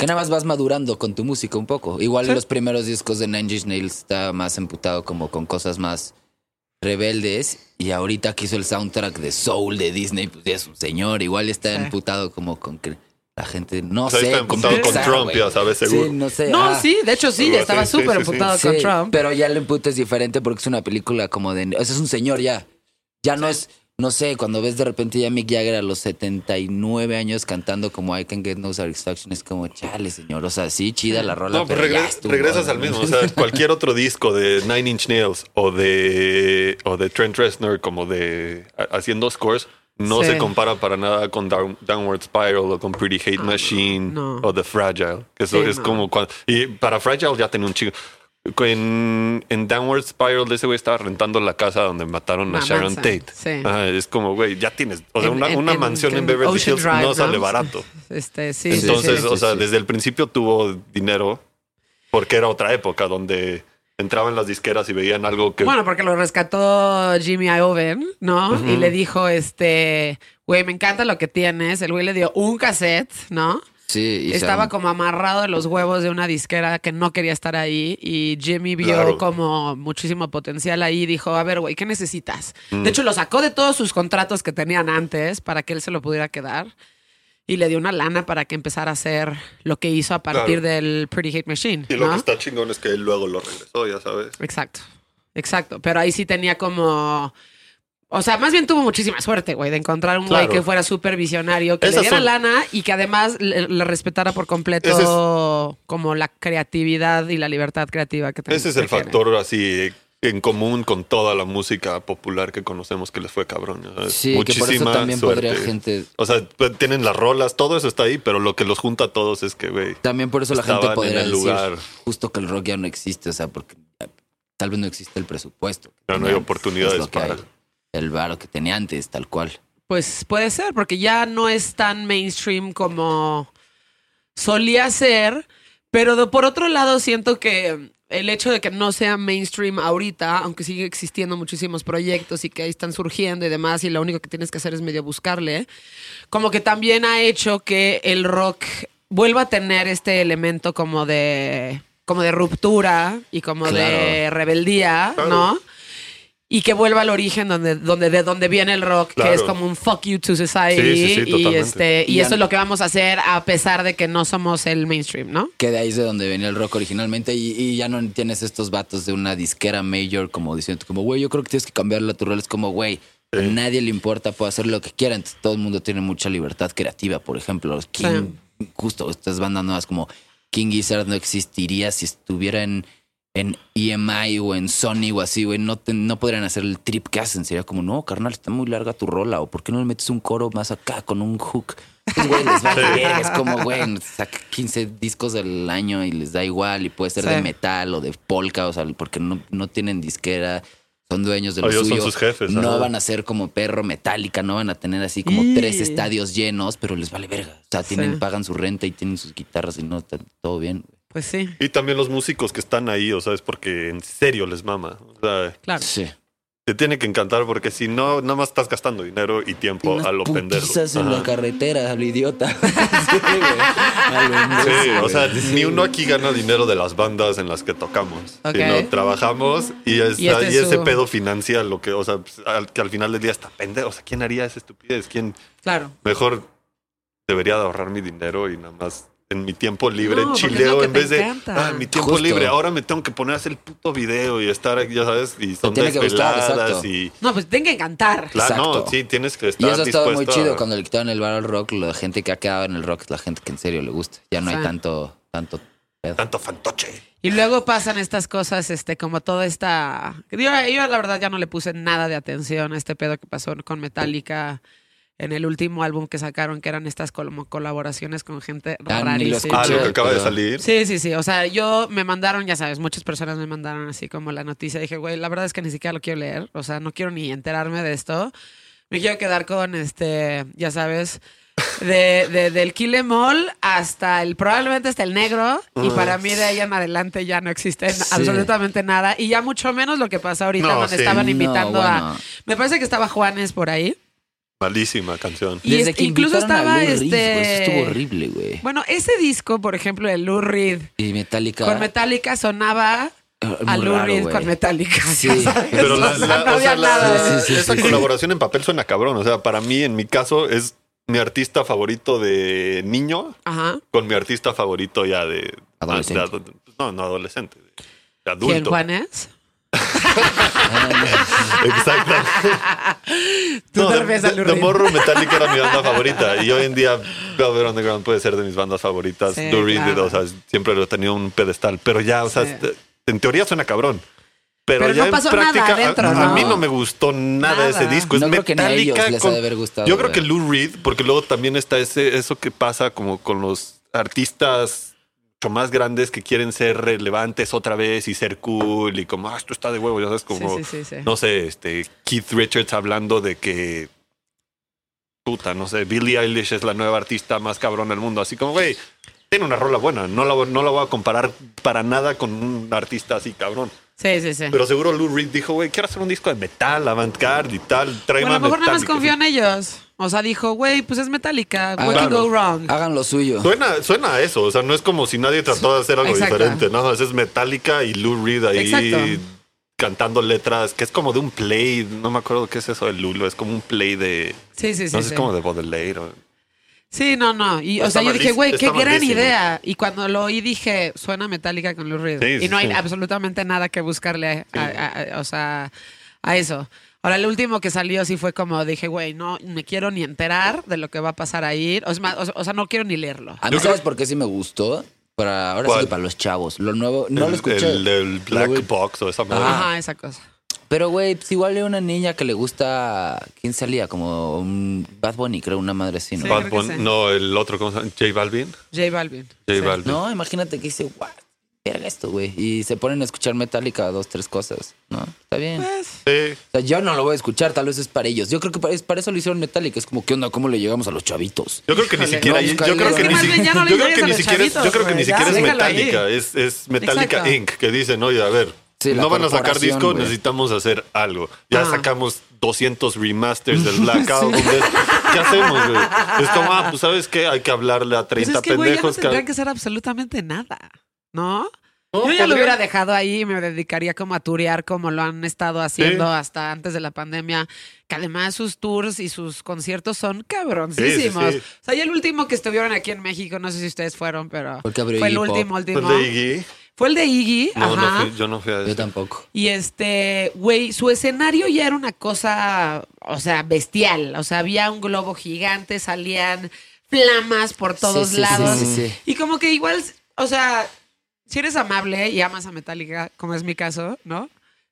Que nada más vas madurando con tu música un poco. Igual Sí. en los primeros discos de Nine Inch Nails está más emputado como con cosas más rebeldes. Y ahorita que hizo el soundtrack de Soul de Disney, pues ya es un señor. Igual está Sí. emputado como con que la gente no O sea, sé. pues está cómo emputado con pensar, Trump, güey. ya sabes, seguro. Sí, no sé. No, ah. sí, de hecho sí, Sí, estaba sí, súper sí, sí. emputado con Sí, Trump. Pero ya el emputo es diferente porque es una película como de. O sea, es un señor ya. Ya no es. No sé, cuando ves de repente ya Mick Jagger a los 79 años cantando como I can get no satisfaction, es como, chale, señor. O sea, sí, chida la rola. No, pero pero ya regres- estuvo, regresas ¿no? al mismo. O sea, cualquier otro disco de Nine Inch Nails o de, o de Trent Reznor como de ha- haciendo scores no Sí. se compara para nada con Down- Downward Spiral o con Pretty Hate Machine Ah, no. o The Fragile. Eso Sí, es no. como cuando... Y para Fragile ya tenía un chico. En, en Downward Spiral ese güey estaba rentando la casa donde mataron a La Sharon mansa, Tate. sí. Ajá, es como, güey, ya tienes... O sea, En- una, en- una en- mansión en, en Beverly Ocean Hills Drive, no sale ¿no? barato. Este, sí, sí, Entonces, sí. o sea, sí. desde el principio tuvo dinero porque era otra época donde entraban las disqueras y veían algo que Bueno, porque lo rescató Jimmy Iovine, ¿no? Y le dijo, este, güey, me encanta lo que tienes. El güey le dio un cassette, ¿no? Sí, y se Estaba armó. como amarrado de los huevos de una disquera que no quería estar ahí y Jimmy vio Claro. como muchísimo potencial ahí y dijo, a ver, güey, ¿qué necesitas? Mm. De hecho, lo sacó de todos sus contratos que tenían antes para que él se lo pudiera quedar y le dio una lana para que empezara a hacer lo que hizo a partir del Pretty Hate Machine. y lo ¿no? que está chingón es que él luego lo regresó, ya sabes. Exacto, exacto. Pero ahí sí tenía como. O sea, más bien tuvo muchísima suerte, güey, de encontrar un güey Claro. que fuera súper visionario, que le Esas diera son- lana y que además le, le respetara por Ese completo como la creatividad y la libertad creativa que tenía. Ese es el factor así en común con toda la música popular que conocemos que les fue cabrón. ya ¿sabes? Sí, que por eso también podría suerte. gente. O sea, pues, tienen las rolas, todo eso está ahí, pero lo que los junta a todos es que, güey, También por eso la gente Estaban en podría el decir lugar. justo que el rock ya no existe, o sea, porque eh, tal vez no existe el presupuesto. que ya no hay tenían, oportunidades es lo que para. hay. El varo que tenía antes, tal cual. Pues puede ser, porque ya no es tan mainstream como solía ser. Pero de- por otro lado, siento que el hecho de que no sea mainstream ahorita, aunque sigue existiendo muchísimos proyectos y que ahí están surgiendo y demás, y lo único que tienes que hacer es medio buscarle, como que también ha hecho que el rock vuelva a tener este elemento como de como de ruptura y como de Claro. rebeldía, Claro. ¿no? y que vuelva al origen donde, donde, de donde viene el rock, Claro. que es como un fuck you to society. Sí, sí, sí, y totalmente. este, y Y eso an- es lo que vamos a hacer a pesar de que no somos el mainstream, ¿no? Que de ahí es de donde venía el rock originalmente y, y ya no tienes estos vatos de una disquera mayor como diciendo, como, güey, yo creo que tienes que cambiarlo a tu rol. Es como, güey, a nadie le importa, puede hacer lo que quiera. Entonces todo el mundo tiene mucha libertad creativa, por ejemplo. King, Justo, estas bandas nuevas como King Gizzard no existiría si estuviera en, en EMI o en Sony o así, güey. No, te- no podrían hacer el trip que hacen. Sería como, no, carnal, está muy larga tu rola. O ¿por qué no le metes un coro más acá con un hook? Pues, güey, les vale verga. Es como, güey, saca 15 discos al año y les da igual. Y puede ser Sí. de metal o de polka, o sea, porque no, no tienen disquera. Son dueños de lo Ellos son suyo. sus jefes, No ajá. van a ser como perro metálica, no van a tener así como Y- tres estadios llenos, pero les vale verga. O sea, tienen, Sí. pagan su renta y tienen sus guitarras y no, está todo bien. Pues sí, Y también los músicos que están ahí, o sea, es porque en serio les mama. O sea, claro. Sí. te tiene que encantar porque si no, nada más estás gastando dinero y tiempo Unas a lo pendejo. putizas en la Ajá. carretera, al idiota. sí, güey. A lo imbécil, Sí, o güey. sea, Sí, ni uno güey. aquí gana dinero de las bandas en las que tocamos, Ok. sino trabajamos y, es- Y este y es ese su- pedo financia lo que, o sea, pues, al, que al final del día está pendejo. O sea, ¿quién haría esa estupidez? ¿Quién Claro. mejor debería de ahorrar mi dinero y nada más en mi tiempo libre No, porque es lo chileo que en te vez de encanta. ah, mi tiempo Justo. libre? Ahora me tengo que poner a hacer el puto video y estar, ya sabes, y son tiene que gustar, desveladas exacto. y No, pues tienen que encantar. Claro, no, Exacto. sí, tienes que Y estar eso ha estado muy dispuesto chido a- cuando le quitaron el bar al rock. La gente que ha quedado en el rock es la gente que en serio le gusta. Ya no Sí. hay tanto, tanto pedo. tanto fantoche. Y luego pasan estas cosas, este, como toda esta. Yo, yo, la verdad ya no le puse nada de atención a este pedo que pasó con Metallica en el último álbum que sacaron, que eran estas como colaboraciones con gente Ah, ni lo rarísima. Ah, Escuché, lo que acaba de pero- salir. Sí, sí, sí. O sea, yo me mandaron, ya sabes, muchas personas me mandaron así como la noticia. Dije, güey, la verdad es que ni siquiera lo quiero leer. O sea, no quiero ni enterarme de esto. Me quiero quedar con este, ya sabes, de, de- del Quilemol hasta el, probablemente hasta el negro. Y para mí de ahí en adelante ya no existe Sí. absolutamente nada. Y ya mucho menos lo que pasa ahorita No, donde sí. estaban No, invitando a. bueno. Me parece que estaba Juanes por ahí. Malísima canción. Y Desde es- que incluso incluso estaba estaba, a Lou Reed, este- güey, Eso estuvo horrible, güey. Bueno, ese disco, por ejemplo, el Lou Reed Y Metallica. con Metallica sonaba eh, muy a Lou raro, Reed güey. con Metallica. Sí. ya sabes, Pero la, o sea, la- no o había sea, la- nada. Sí, sí, sí, esa sí. colaboración en papel suena cabrón. O sea, para mí, en mi caso, es mi artista favorito de niño Ajá. con mi artista favorito ya de. Adolescente. de ado- no, no adolescente. De ¿Quién, adulto. Juanes? Exacto. Tú No, te de, refieres a de- Lou de Reed. morro Metallica era mi banda favorita. Y hoy en día, Velvet Underground puede ser de mis bandas favoritas. Sí, Lou Reed, claro. o sea, siempre lo he tenido en un pedestal. Pero ya, o sea, Sí. te- en teoría suena cabrón. Pero, Pero ya no pasó en nada práctica, a- adentro, a, ¿no? mí no me gustó nada, Nada. ese disco. Es No creo que ni a ellos Metallica les ha de haber gustado, Yo creo que güey. Lou Reed, porque luego también está ese, eso que pasa como con los artistas mucho más grandes que quieren ser relevantes otra vez y ser cool y como, ah, esto está de huevo, ya sabes, como sí, sí, sí, sí. no sé, este Keith Richards hablando de que puta, no sé, Billie Eilish es la nueva artista más cabrón del mundo, así como güey, tiene una rola buena, no la, no la voy a comparar para nada con un artista así cabrón. Sí, sí, sí. Pero seguro Lou Reed dijo, güey, quiero hacer un disco de metal, avant-garde y tal, trae Bueno, a más lo mejor nada más Metallica". confió en ellos. O sea, dijo, güey, pues es Metallica. What Ah, can claro. go wrong? Hagan lo suyo. Suena, suena a eso, o sea, no es como si nadie trató de hacer algo Exacto. diferente, no, es, es Metallica y Lou Reed ahí Exacto. cantando letras, que es como de un play, no me acuerdo qué es eso de Lulo, es como un play de... Sí, sí, sí. no sé, sí. es como de Baudelaire. Sí, no, no. Y, o Está sea, yo dije, malís- güey, está qué gran malísimo. idea. Y cuando lo oí dije, suena Metallica con Lou Reed. Sí, y sí, no hay sí. absolutamente nada que buscarle, a- a- a- o sea, a eso. Ahora, el último que salió sí fue como, dije, güey, no me quiero Ah. ni enterar de lo que va a pasar ahí. O sea, o sea, no quiero ni leerlo. A mí, ¿sabes por qué sí me gustó? Para, ahora sí ¿Cuál? que para los chavos. Lo nuevo, no el, lo escuché. El, el Black Lo- Box o esa madre. Ajá, esa cosa. Pero, güey, pues igual hay una niña que le gusta. ¿Quién salía? Como un Bad Bunny, creo, una madre así, ¿no? Sí. Bad creo que Bunny- sí. No, el otro, ¿cómo se llama? J Balvin. J Balvin. J Sí. Balvin. No, imagínate que dice, what? Verga esto, güey. Y se ponen a escuchar Metallica, dos, tres cosas, ¿no? Está bien. O Pues, Sí. sea, yo no lo voy a escuchar, tal vez es para ellos. Yo creo que para, es- para eso lo hicieron Metallica. Es como, ¿qué onda? ¿Cómo le llegamos a los chavitos? Yo creo que ni Híjole, siquiera. no, yo búscalo. creo Es que que ni más si- bien ya no le yo creo llegues que a ni los siquiera es- yo creo que chavitos, ni siquiera es güey, ya, déjalo ahí. Metallica. Es, es Metallica Exacto. Inc. que dicen, oye, a ver, Sí, la no van a sacar corporación, disco, güey. necesitamos hacer algo. Ya Ah. sacamos 200 remasters del Black Album. de- ¿Qué hacemos, güey? Es como, ah, pues sabes qué, hay que hablarle a pues 30 es que, güey, ya no pendejos. tendría ca- que ser absolutamente nada, ¿no? Yo ya lo hubiera dejado ahí y me dedicaría como a turear como lo han estado haciendo Sí. hasta antes de la pandemia, que además sus tours y sus conciertos son cabroncísimos. Sí, sí, sí. O sea, ya el último que estuvieron aquí en México, no sé si ustedes fueron, pero Porque abrió fue el Iggy Pop. último, ¿Fue último. el de Iggy? Fue el de Iggy, No, no ajá. fui- yo no fui a Yo eso. tampoco. Y este, güey, su escenario ya era una cosa, o sea, bestial. O sea, había un globo gigante, salían flamas por todos Sí, sí, sí, lados. sí, sí. Y como que igual, o sea, si eres amable y amas a Metallica, como es mi caso, ¿no?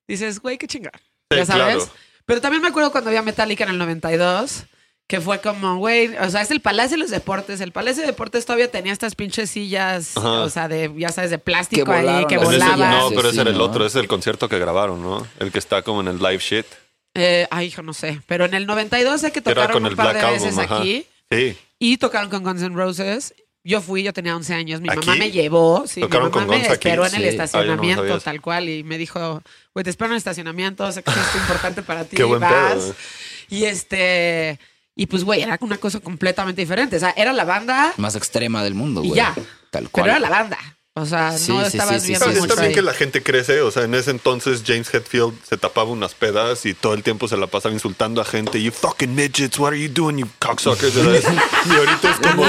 Dices, güey, qué chingada. Sí, ya sabes. claro. Pero también me acuerdo cuando había Metallica en el 92, que fue como, güey, o sea, es el Palacio de los Deportes. El Palacio de Deportes todavía tenía estas pinches sillas, Ajá. o sea, de, ya sabes, de plástico ahí, volaban que las En ese- volaba. volaban. no, pero Sí, ese era el ¿no? otro, ese es el concierto que grabaron, ¿no? El que está como en el live shit. Eh, ay, hijo, no sé. Pero en el 92 sé que Que era tocaron con un el par Black de veces Album, ajá. aquí Sí. y tocaron con Guns N' Roses. Yo fui, yo tenía 11 años. Mi mamá ¿Aquí? me llevó. Sí, mi ¿Tocaron mamá con me Guns aquí? esperó en Sí. Ah, yo no el lo estacionamiento, sabía eso. tal cual. Y me dijo, güey, te espero en el estacionamiento. Sé que esto es importante para ti. Qué buen pedo, ¿eh? vas. güey. y este. Y pues, güey, era una cosa completamente diferente. O sea, era la banda, Más extrema del mundo, Y güey. ya. Tal cual. pero era la banda. O sea, Sí, no sí, sí, estabas sí, viendo sí, sí, Es mucho también ahí. que la gente crece, o sea, en ese entonces James Hetfield se tapaba unas pedas y todo el tiempo se la pasaba insultando a gente. You fucking midgets, what are you doing, you cocksuckers? ¿sabes? Y ahorita es como,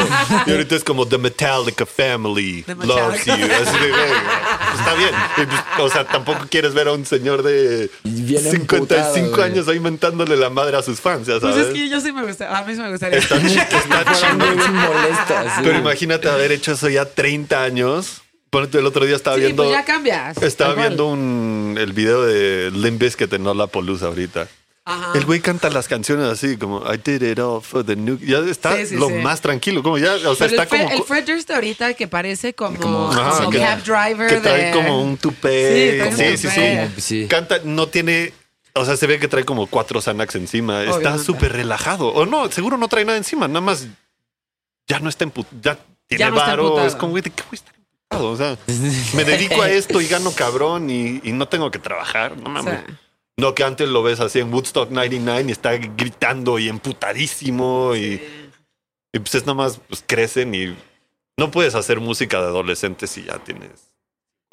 y ahorita es como the Metallica family The loves Metallica. you. Así de, güey, pues, está bien. Y, pues, O sea, tampoco quieres ver a un señor de Bien 55 emputado, güey. años ahí mentándole la madre a sus fans, ya Pues sabes. es que yo sí me gustaría. A mí sí me gustaría. Está chi- Ah, está Fueron chingón. muy molestas, sí. Pero imagínate haber hecho eso ya 30 años. Ponte, el otro día estaba Sí, viendo. pues ya cambias. Estaba Tal cual. viendo un, el video de Limp Bizkit en Lola ahorita. Ajá. El güey canta las canciones así, como I did it all for the new. Ya está Sí, sí, lo sí. más tranquilo, como ya, o sea, Pero está el, Fred- como. el Fred Durst de ahorita que parece como, Como- como Ajá, que- cab driver que trae de- como un Sí, tupé. trae un Sí, sí, tupé. sí, Sí. Canta, no tiene. O sea, se ve que trae como cuatro Xanax encima. Está Obviamente. súper relajado. O no, seguro no trae nada encima. Nada más ya no está en Ya tiene no está varo. emputado. Es como, güey, ¿de qué voy a estar emputado? O sea, me dedico a esto y gano cabrón y, y no tengo que trabajar. No O mames. sea, No, que antes lo ves así en Woodstock 99 y está gritando y emputadísimo y, y pues es nada más, pues crecen y no puedes hacer música de adolescente si ya tienes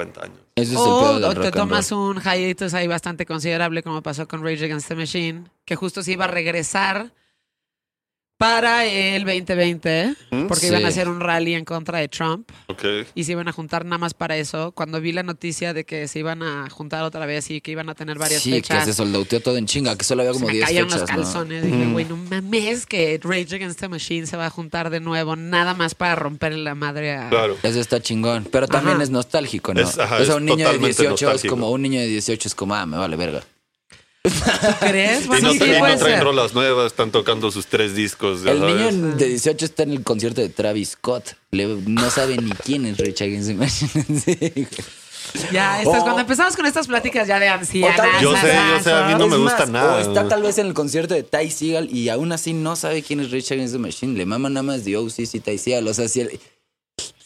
50 años. Eso es el o, pedo del o Oh, te rock and tomas roll. un hiatus ahí bastante considerable, como pasó con Rage Against the Machine, que justo se iba a regresar para el 2020, ¿Mm? porque Sí. iban a hacer un rally en contra de Trump Ok. y se iban a juntar nada más para eso. Cuando vi la noticia de que se iban a juntar otra vez y que iban a tener varias Sí, fechas, que se soldoteó todo en chinga, que solo había Se como me 10 cayeron fechas, los ¿no? calzones. Dije, güey, no mames que Rage Against the Machine se va a juntar de nuevo, nada más para romperle la madre a... Claro. Eso está chingón. Pero también Ajá. es nostálgico, ¿no? Es- ajá, o sea, es un niño de totalmente 18 es nostálgico. como un niño de 18 es como, ah, me vale verga. ¿Tú crees? Y Pues Bueno, no, sí, tra- y no puede traen ser. rolas nuevas, están tocando sus tres discos. ya El sabes. niño de 18 está en el concierto de Travis Scott. Le- no sabe ni quién es Rich Against the Machine. Sí, güey. Ya, estas- O- cuando empezamos con estas pláticas ya de ancianas. O tal- Oh. Yo sé, yo sé, a mí no Es me gusta más, nada, O está güey. tal vez en el concierto de Ty Seagal y aún así no sabe quién es Rich Against the Machine. Le mama nada más de OCC y Ty Seagal. O sea, si el-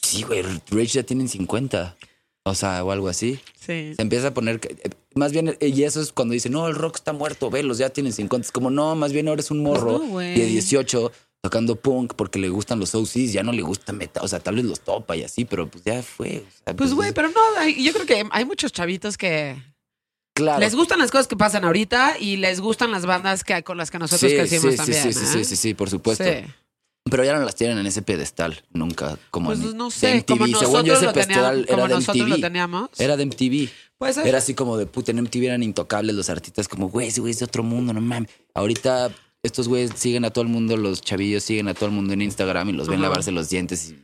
sí, güey, Rich ya tienen 50. O sea, o algo así. Sí. Se empieza a poner. que- eh, Más bien, eh, y eso es cuando dicen, no, el rock está muerto, velos, ya tienen 50. Es como, no, más bien ahora es un morro no, güey. de 18 tocando punk porque le gustan los OCs, ya no le gusta metal. O sea, tal vez los topa y así, pero pues ya fue. o sea, Pues, güey, pero no, hay- yo creo que hay muchos chavitos que claro. les gustan las cosas que pasan ahorita y les gustan las bandas que con las que nosotros crecimos sí, también. sí, sí, sí, ¿eh? sí, sí, por supuesto. Sí. Pero ya no las tienen en ese pedestal nunca. Como Pues en- no de sé, como MTV. Según nosotros, yo, ese lo, pedestal teníamos, era como de nosotros lo MTV. teníamos. pues, Era de MTV. Puede ser. Era así como de puta, en MTV eran intocables los artistas, como, güey, ese güey es de otro mundo, no mames. Ahorita estos güeyes siguen a todo el mundo, los chavillos siguen a todo el mundo en Instagram y los ven Ajá. lavarse los dientes y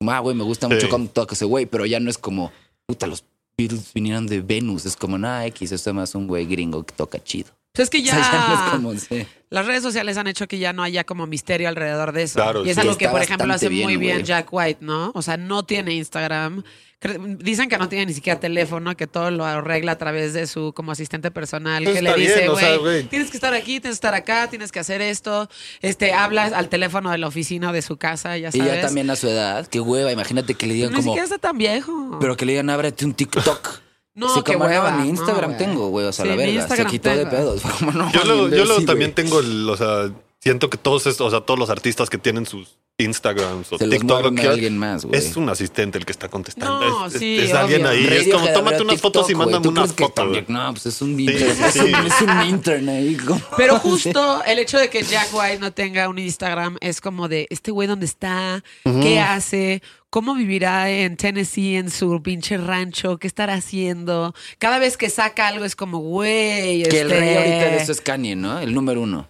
Como, ah, güey, me gusta Sí. mucho cómo toca ese güey, pero ya no es como, puta, los Beatles vinieron de Venus. Es como, nada, X, esto es más un güey gringo que toca chido. Pues es que O ya, sea, ya no es como, sí. las redes sociales han hecho que ya no haya como misterio alrededor de eso. Claro, y es sí. algo que, Está por ejemplo, bastante hace muy bien, bien güey. Jack White, ¿no? O sea, no tiene Instagram. Cre- Dicen que no tiene ni siquiera teléfono, que todo lo arregla a través de su como asistente personal, Eso que le está dice, bien, o sea, güey, güey. tienes que estar aquí, tienes que estar acá, tienes que hacer esto. Este, hablas al teléfono de la oficina o de su casa, ya Y sabes. ya también a su edad, qué hueva, imagínate que le digan Ni como, siquiera está tan viejo. pero que le digan, ábrete un TikTok. No, Sí, qué como, no, hueva, ni Instagram no, güey. tengo, güey, o sea, Sí, la ni verga, se Instagram quitó de tengo. pedos. Fue como, no Yo, mames, lo, yo lo sí, güey. también tengo, el, o sea, siento que todos estos, o sea, todos los artistas que tienen sus Instagrams o Se los TikTok, mueven lo a que- alguien más, güey. es un asistente el que está contestando. No, es, es- sí, es alguien obvio. ahí. Radio es como, que tómate abrió unas TikTok, fotos y güey. mándame ¿Tú una crees que foto. también- güey. No, pues es un sí, intern. sí. es, un, es un intern ahí. como- Pero justo el hecho de que Jack White no tenga un Instagram es como de este güey dónde está, qué hace, cómo vivirá en Tennessee, en su pinche rancho, qué estará haciendo. Cada vez que saca algo es como, güey. Que el este, rey ahorita de eso es Kanye, ¿no? El número uno.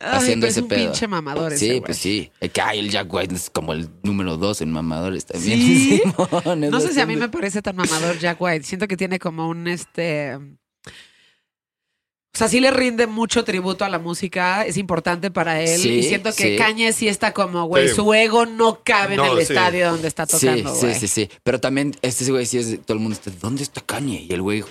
ay, haciendo pero es ese un pedo. pinche mamador ese sí, güey. pues sí. Es que ay, el Jack White es como el número dos en mamadores también. Sí. Simón, es No sé si a mí bastante- me parece tan mamador Jack White. Siento que tiene como un este. O sea, sí le rinde mucho tributo a la música, es importante para él. Sí, y siento que sí. Kanye sí está como, güey, Sí. su ego no cabe en No, el sí. estadio donde está tocando, Sí, güey. sí, sí, sí. Pero también este güey sí es... Todo el mundo está... ¿Dónde está Kanye? Y el güey...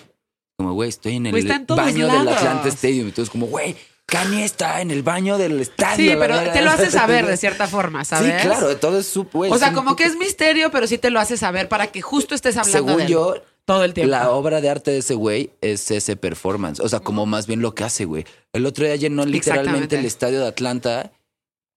Como, güey, estoy en el Güey, está en todos baño del lados. Atlanta Stadium. Y tú es como, güey, Kanye está en el baño del estadio. Sí, la pero verga. te lo hace saber de cierta forma, ¿sabes? Sí, claro, todo es su... güey, O sea, son- como que es misterio, pero sí te lo hace saber para que justo estés hablando Según de él yo, todo el tiempo. La obra de arte de ese güey es ese performance. O sea, como más bien lo que hace, güey. El otro día llenó literalmente Exactamente. el estadio de Atlanta.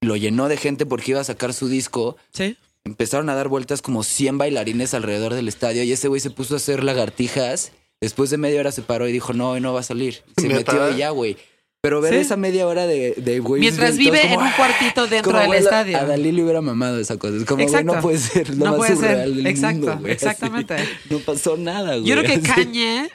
Lo llenó de gente porque iba a sacar su disco. Sí. Empezaron a dar vueltas como 100 bailarines alrededor del estadio. Y ese güey se puso a hacer lagartijas. Después de media hora se paró y dijo, no, hoy no va a salir. Y Se ¿Neta? metió y ya, güey. Pero ver Sí. esa media hora de, de güey. Mientras vive en un cuartito dentro del estadio. A Dalí le hubiera mamado esa cosa. Es como, güey, Exacto. no puede ser. Lo No más puede ser. surreal del Exacto, mundo, güey. Así, exactamente. No pasó nada, güey. Yo creo que Así. Kanye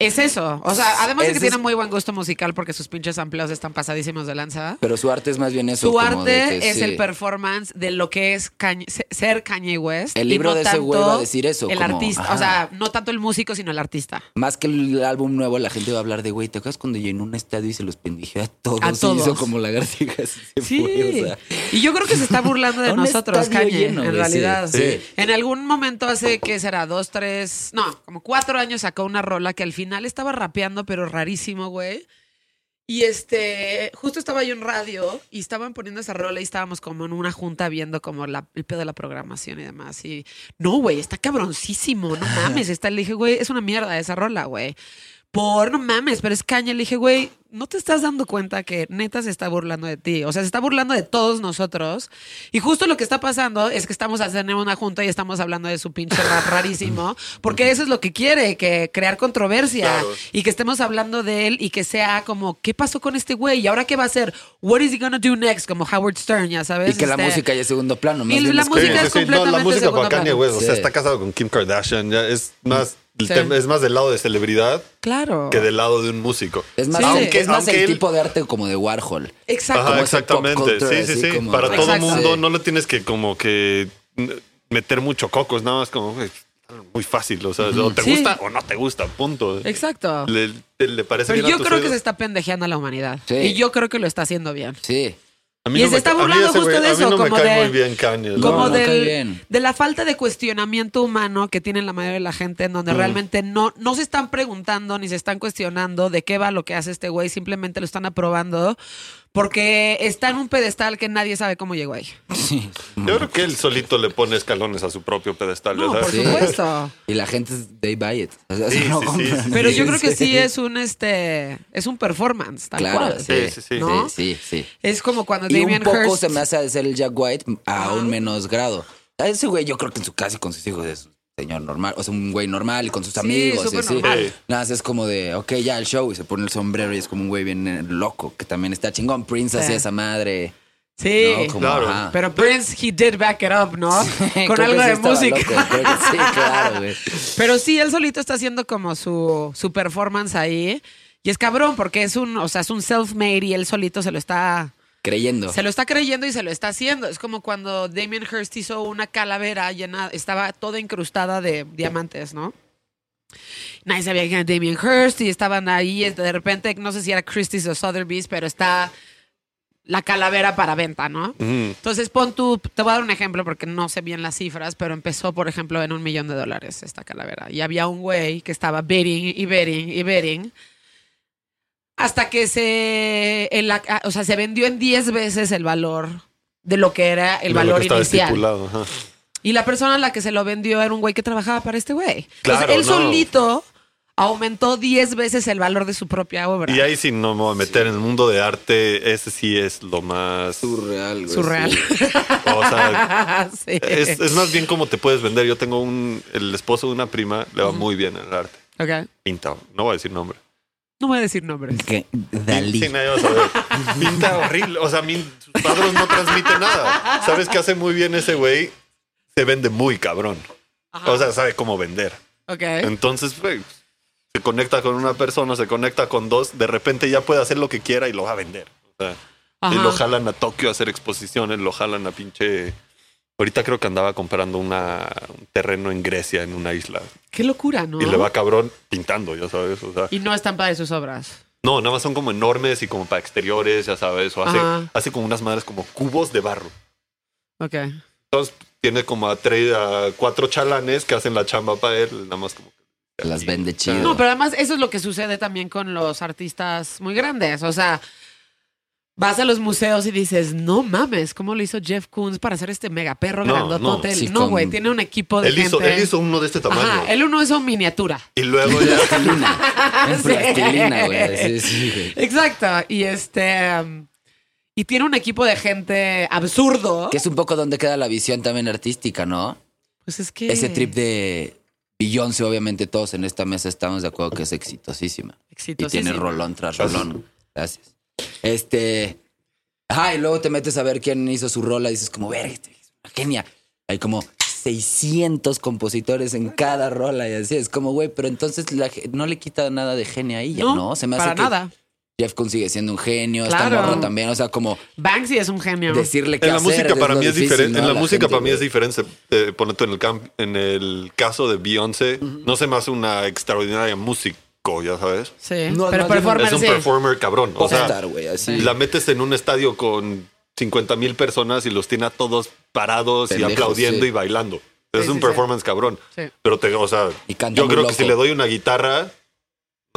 es eso. O sea, además de que Eso tiene es- muy buen gusto musical porque sus pinches amplios están pasadísimos de lanza. Pero su arte es más bien eso. Su como de arte que es sí. el performance de lo que es Kanye- se- ser Kanye West. El y libro no de ese tanto güey va a decir eso, El como, artista. ajá. O sea, no tanto el músico, sino el artista. Más que el álbum nuevo, la gente va a hablar de, güey, ¿te acuerdas cuando llenó un estadio y se los pendigió a todos? A y todos. hizo como lagartijas. y se Sí. fue, Pues, o sea. Y yo creo que se está burlando de Un nosotros, estadio Kanye, lleno, en güey, realidad. sí, sí. En algún momento hace, ¿qué será? Dos, tres, no, como cuatro años sacó una rola que al final estaba rapeando, pero rarísimo, güey. Y este, justo estaba yo en radio y estaban poniendo esa rola y estábamos como en una junta viendo como la, el pedo de la programación y demás. Y no, güey, está cabroncísimo, no mames. Está, le dije, güey, es una mierda esa rola, güey. Por no mames, pero es caña. Le dije, güey, no te estás dando cuenta que neta se está burlando de ti. O sea, se está burlando de todos nosotros. Y justo lo que está pasando es que estamos haciendo una junta y estamos hablando de su pinche rap rarísimo. Porque eso es lo que quiere, que crear controversia. Y que estemos hablando de él y que sea como, ¿qué pasó con este güey? ¿Y ahora qué va a hacer? ¿What is he gonna do next? Como Howard Stern, ya sabes. Y que la este, música ya es segundo plano. Más Y bien la es Sí, como- música sí, es sí, no, la Pues completamente música segundo para Kanye plano. West, o sea, Sí. está casado con Kim Kardashian, ya es más, el Sí. tema- es más del lado de celebridad Claro. que del lado de un músico. Es más, Sí. el- Aunque- es más el aunque él- tipo de arte como de Warhol. Exacto. Ajá, como ese pop exactamente. culture, sí, sí, así sí. como- Para todo Exacto. mundo Sí. no le tienes que como que n- meter mucho coco, es nada más como güey, muy fácil, o sea, o te Sí. gusta o no te gusta, punto. Exacto. Le, te- le parece Pero bien a yo tus creo que oídos. se está pendejeando a la humanidad. Sí. Y yo creo que lo está haciendo bien. Sí. A mí y no se me está ca- a mí burlando ese justo güey- de A eso, mí no me como cae de- muy bien Kanye. la Como no verdad. cae del, bien. de la falta de cuestionamiento humano que tiene la mayoría de la gente, en donde Mm. realmente no, no se están preguntando ni se están cuestionando de qué va lo que hace este güey, simplemente lo están aprobando porque está en un pedestal que nadie sabe cómo llegó ahí. Yo creo que él solito le pone escalones a su propio pedestal. No, ya por sabes. Sí. supuesto. Y la gente, they buy it. O sea, Sí, no sí, sí, compran. sí, Pero yo creo que sí es un este es un performance, tal Claro, cual. Sí, sí, sí, sí, sí. sí. ¿No? sí, sí. Es como cuando Y un Damien poco Hirst se me hace hacer el Jack White a Ajá. un menos grado. A ese güey, yo creo que en su casa y con sus hijos es un señor normal, o sea, un güey normal y con sus amigos. y súper así. normal. Nada más es como de, ok, ya el show y se pone el sombrero y es como un güey bien eh, loco, que también está chingón. Prince Sí. hacía esa madre. Sí. ¿no? Como, Claro. ajá. Pero Prince, he did back it up, ¿no? Con Creo que algo sí de estaba música. loco, creo que sí, claro, güey. Pero sí, él solito está haciendo como su, su performance ahí. Y es cabrón porque es un, o sea, es un self-made y él solito se lo está creyendo. Se lo está creyendo y se lo está haciendo. Es como cuando Damien Hirst hizo una calavera llena, estaba toda incrustada de diamantes, ¿no? Nadie sabía quién era Damien Hirst y estaban ahí. y De repente, no sé si era Christie's o Sotheby's, pero está la calavera para venta, ¿no? Ujú. Entonces, pon tú, te voy a dar un ejemplo porque no sé bien las cifras, pero empezó, por ejemplo, en un millón de dólares esta calavera. Y había un güey que estaba bidding y bidding y bidding hasta que se, en la- ah, o sea, se vendió en 10 veces el valor de lo que era el De lo valor que estaba inicial. estipulado, ajá. Y la persona a la que se lo vendió era un güey que trabajaba para este güey. Claro, Entonces, él no. solito aumentó 10 veces el valor de su propia obra. Y ahí sí no me voy a meter en el mundo de arte, ese sí es lo más... Surreal, pues, güey. Surreal. sí. O sea, Sí. es, es más bien como te puedes vender. Yo tengo un... El esposo de una prima le va muy bien al arte. Ok. Pinta, no voy a decir nombre. No voy a decir nombres. Que- Dalí. Sí, nadie va a saber. Pinta horrible. O sea, mi- sus cuadros no transmiten nada. ¿Sabes qué hace muy bien ese güey? Se vende muy cabrón. Ajá. ¿Eh? O sea, sabe cómo vender. Ok. Entonces, güey, se conecta con una persona, se conecta con dos, de repente ya puede hacer lo que quiera y lo va a vender. O sea, y Ajá. lo jalan a Tokio a hacer exposiciones, lo jalan a pinche... Ahorita creo que andaba comprando una, un terreno en Grecia, en una isla. Qué locura, ¿no? Y le va cabrón pintando, ya sabes. O sea, Y no están para sus obras. no, nada más son como enormes y como para exteriores, ya sabes. O hace, Ajá. hace como unas madres como cubos de barro. Ok. Entonces tiene como a, tres, a cuatro chalanes que hacen la chamba para él, nada más como... Las vende chido. No, pero además eso es lo que sucede también con los artistas muy grandes. O sea, vas a los museos y dices, no mames, ¿cómo lo hizo Jeff Koons para hacer este mega perro No, grandotote? no, sí, No, con- güey, tiene un equipo de Él hizo, gente. él hizo uno de este tamaño. Ajá, él uno hizo miniatura. Y luego ya... Plastilina. Es Sí. plastilina, güey. Sí, sí, güey. Exacto. Y este... um, y tiene un equipo de gente absurdo. Que es un poco donde queda la visión también artística, ¿no? Pues es que... Ese trip de Beyoncé, obviamente todos en esta mesa estamos de acuerdo que es exitosísima. Y Exitosísimo. tiene rolón tras rolón. Gracias. Este. Ajá, y luego te metes a ver quién hizo su rola y dices, como, verga, este es una genia. Hay como 600 compositores en cada rola y así es como, güey, pero entonces la ge- no le quita nada de genio a ella, ¿no? No, Se me hace para que nada. Jeff Koons sigue siendo un genio, está Claro. morro también, o sea, como Banksy es un genio. decirle que En la música para mí es diferente. En la, música para mí es diferente. diferente. Eh, ponete en el camp- en el caso de Beyoncé, no se me hace una extraordinaria músico, ya sabes. Sí, No, pero no, performance. Es un sí. performer cabrón. O sea, Popstar, güey, así. la metes en un estadio con 50 mil personas y los tiene a todos parados Pendejos, y aplaudiendo sí. y bailando. Es Sí, un sí, performance cabrón. Sí. Pero te, o sea, Y canta yo muy creo loco. que si le doy una guitarra,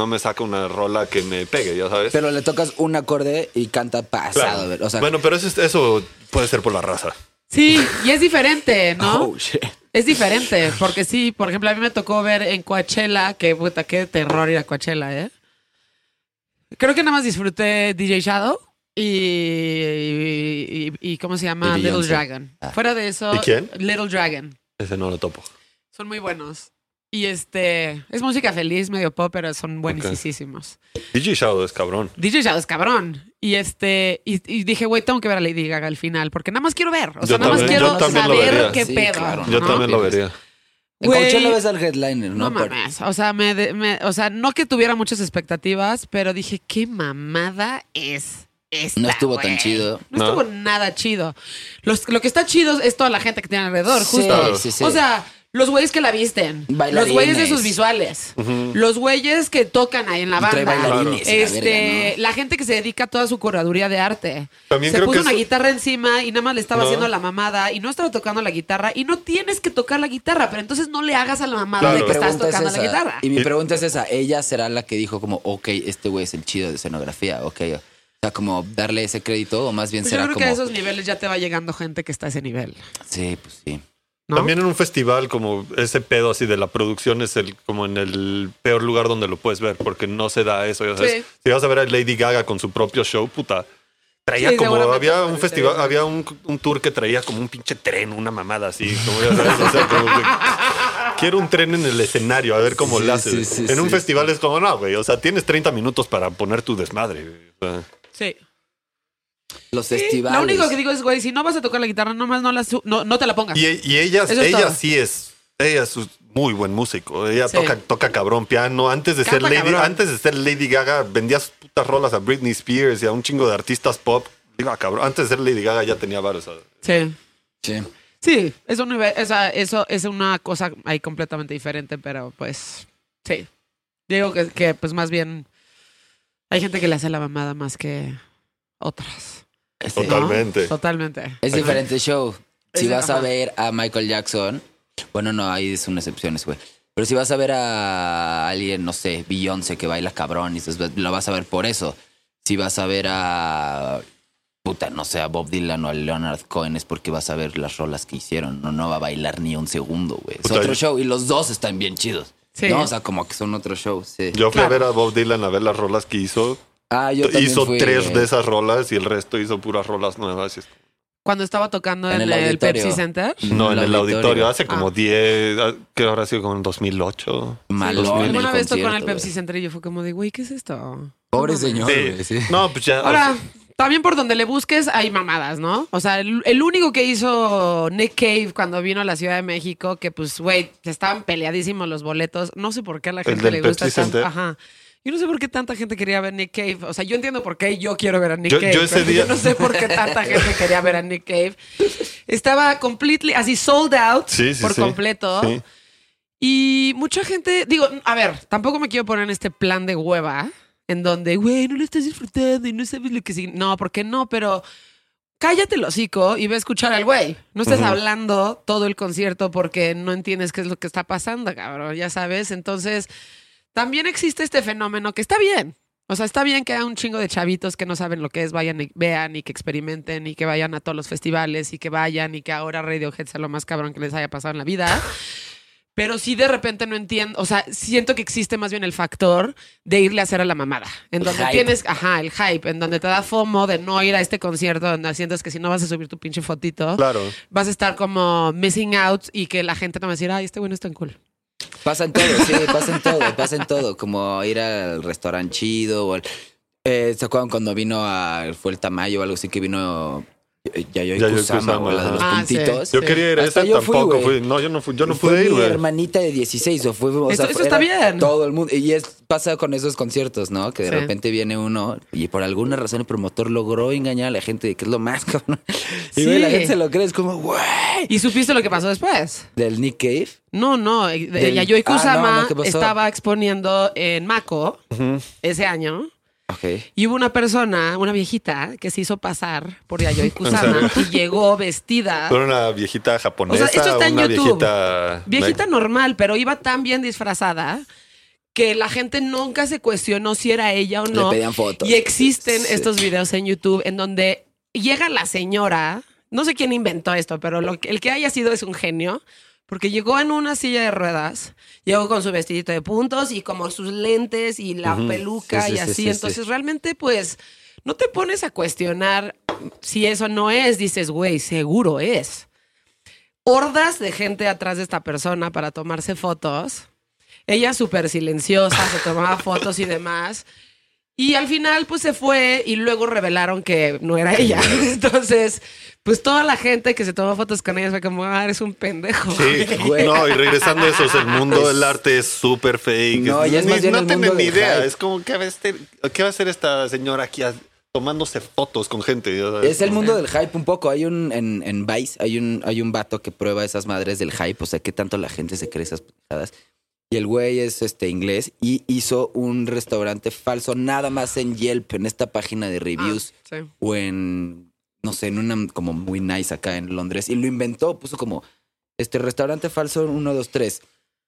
no me saca una rola que me pegue, ya sabes. Pero le tocas un acorde y canta Claro. pasado, güey, o sea, bueno, pero eso, es- eso puede ser por la raza. Sí, y es diferente, ¿no? oh, shit. Es diferente, porque sí, por ejemplo, a mí me tocó ver en Coachella, que puta, qué terror ir a Coachella, ¿eh? Creo que nada más disfruté DJ Shadow y, y, y- y- ¿cómo se llama? Y Little Beyoncé. Dragon. Fuera de eso, Ah. ¿Y quién? Little Dragon. Ese no lo topo. Son muy buenos. Y este, es música feliz, medio pop, pero son buenísimos. DJ Shadow es cabrón. DJ Shadow es cabrón. Y este, y, y dije, güey, tengo que ver a Lady Gaga al final, porque nada más quiero ver. O sea, Yo nada más también- yo quiero también lo saber vería. qué Sí, pedo. claro. Yo ¿no? también lo vería. En Güey. Coachella ves al headliner, No, ¿no? Pero- mames. O sea, me, de- me- o sea, no que tuviera muchas expectativas, pero dije, qué mamada es. Esta, No estuvo güey? tan chido. No, No. estuvo nada chido. Los- lo que está chido es toda la gente que tiene alrededor, Sí, justo. sí, sí. O sea, los güeyes que la visten, los Bailarines. güeyes de sus visuales, los güeyes que tocan ahí en la Trae banda, bailarines y la este, verga, la gente que se dedica a toda su curaduría de arte. También se creo puso que una eso- guitarra encima y nada más le estaba No. haciendo la mamada y no estaba tocando la guitarra y no tienes que tocar la guitarra, pero entonces no le hagas a la mamada Claro. de que Mi estás pregunta es tocando la esa. guitarra. Y mi pregunta es esa. Ella será la que dijo como, ok, este güey es el chido de escenografía, ok. O sea, como darle ese crédito o más bien Pues yo será creo como... que a esos niveles ya te va llegando gente que está a ese nivel. Sí, pues sí. ¿no? También en un festival como ese pedo así de la producción es el como en el peor lugar donde lo puedes ver porque no se da eso. ya sabes. Sí. Si vas a ver a Lady Gaga con su propio show, puta. Traía Sí, como seguramente había un aparecería. festival, había un, un tour que traía como un pinche tren, una mamada así, como ya sabes, o sea, como que, quiero un tren en el escenario, a ver cómo Sí, lo haces. sí, sí, en un sí. festival es como, no, güey, o sea, tienes 30 minutos para poner tu desmadre. güey, o sea. Sí. Los festivales. Lo único que digo es, güey, si no vas a tocar la guitarra, nomás no, la su- no, no te la pongas. Y, y ella, Eso es ella todo. sí es, ella es un muy buen músico. Ella Sí. toca, toca cabrón piano. Antes de Canta ser Lady, cabrón. antes de ser Lady Gaga, vendía sus putas rolas a Britney Spears y a un chingo de artistas pop Iba cabrón. Antes de ser Lady Gaga ya tenía varios. o sea, Sí. Sí. Sí, es un nivel, o sea, eso es una cosa ahí completamente diferente, pero pues sí. Digo que, que, pues más bien hay gente que le hace la mamada más que otras. Es- ¿no? Totalmente. Totalmente. Es diferente show. Si Es- vas a ajá. ver a Michael Jackson, bueno, no, ahí es una excepción ese güey. Pero si vas a ver a alguien, no sé, Beyoncé que baila cabrón, y dices, lo vas a ver por eso. Si vas a ver a, puta, no sé, a Bob Dylan o a Leonard Cohen, es porque vas a ver las rolas que hicieron. No, no va a bailar ni un segundo, güey. Es Puta, otro yo- show y los dos están bien chidos. Sí. No, o sea, como que son otro show, sí. Yo fui Claro. a ver a Bob Dylan a ver las rolas que hizo. ah, yo también hizo fui, tres güey. de esas rolas y el resto hizo puras rolas nuevas. y es- Cuando estaba tocando en, En el, el auditorio. Pepsi Center. No, en el auditorio. Hace Ah. como 10, ah, ¿qué habrá sido? Como en 2008. Malón Sí, en el Alguna vez tocó en el concierto, eh. Pepsi güey. Center y yo fue como de, güey, ¿qué es esto? Pobre señor, Sí. güey, sí. No, pues ya. Ahora, también por donde le busques hay mamadas, ¿no? O sea, el, el único que hizo Nick Cave cuando vino a la Ciudad de México, que pues, güey, estaban peleadísimos los boletos. No sé por qué a la El gente del le gusta Pepsi tanto. Center. Ajá. Yo no sé por qué tanta gente quería ver Nick Cave. O sea, yo entiendo por qué yo quiero ver a Nick Yo- Cave. yo ese pero día- no sé por qué tanta gente quería ver a Nick Cave. Estaba completely, así sold out sí, sí, por sí. completo. Sí. Y mucha gente, digo, a ver, tampoco me quiero poner en este plan de hueva, en donde, güey, no lo estás disfrutando y no sabes lo que significa. No, ¿por qué no? Pero cállate el hocico y ve a escuchar al güey. No estás hablando todo el concierto porque no entiendes qué es lo que está pasando, cabrón, ya sabes. Entonces, también existe este fenómeno que está bien. O sea, está bien que haya un chingo de chavitos que no saben lo que es, vayan y vean y que experimenten y que vayan a todos los festivales y que vayan y que ahora Radiohead sea lo más cabrón que les haya pasado en la vida. Pero sí de repente no entiendo, o sea, siento que existe más bien el factor de irle a hacer a la mamada, en El donde hype. tienes, ajá, el hype, en donde te da fomo de no ir a este concierto, donde sientes que si no vas a subir tu pinche fotito, Claro. vas a estar como missing out y que la gente no va a decir, ay, este bueno es tan cool. Pasa en todo, sí, pasa en todo, pasa en todo. Como ir al restaurante chido o al- eh, ¿Se acuerdan cuando vino a... fue el Tamayo o algo así que vino eh, Yayoi Yayoi Kusama, Kusama, o la de los ajá. Ah, sí. puntitos? Yo Sí. quería ir a Hasta esa, yo fui, tampoco güey. fui. No, yo no, fui, yo no Fue pude ir, mi güey. hermanita de 16 o fue... o Eso- sea, eso fue- está era bien. Todo el mundo. Y es, pasa con esos conciertos, ¿no? Que de Sí. repente viene uno y por alguna razón el promotor logró engañar a la gente de que es lo más, cabrón. Y Sí. güey, la gente se lo cree, es como, güey. ¿Y supiste lo que pasó después? Del Nick Cave. No, no, eh, de- Del- Yayoi Ah, no, Kusama no, ¿qué pasó? estaba exponiendo en Mako ese año. Ok. Y hubo una persona, una viejita, que se hizo pasar por Yayoi Kusama y llegó vestida. Pero una viejita japonesa. Ah. O sea, esto está en una YouTube. viejita. Viejita normal, pero iba tan bien disfrazada que la gente nunca se cuestionó si era ella o Le no. pedían fotos. Y existen Sí. estos videos en YouTube en donde llega la señora, no sé quién inventó esto, pero lo que- el que haya sido es un genio, porque llegó en una silla de ruedas, llegó con su vestidito de puntos y como sus lentes y la peluca Sí, sí, y sí, así. sí, sí. Entonces realmente pues no te pones a cuestionar si eso no es, dices, güey, seguro es hordas de gente atrás de esta persona para tomarse fotos. Ella súper silenciosa, se tomaba fotos y demás. Y al final, pues se fue y luego revelaron que no era ella. Entonces, pues toda la gente que se tomó fotos con ella fue como, ah, eres un pendejo. Sí, Güey. no, y regresando a eso, el mundo Es- del arte es súper fake. No, ya es más ni- bien no el tienen mundo ni del idea. hype. Es como, ¿qué va, a hacer, ¿qué va a hacer esta señora aquí a- tomándose fotos con gente? O sea, Es el mundo del hype un poco. Hay un en, en Vice, hay un, hay un vato que prueba esas madres del hype. O sea, qué tanto la gente se cree esas pendejadas. Y el güey es este inglés y hizo un restaurante falso nada más en Yelp, en esta página de Ah, reviews sí. o en no sé, en una como muy nice acá en Londres. Y lo inventó, puso como este restaurante falso 1, 2, 3.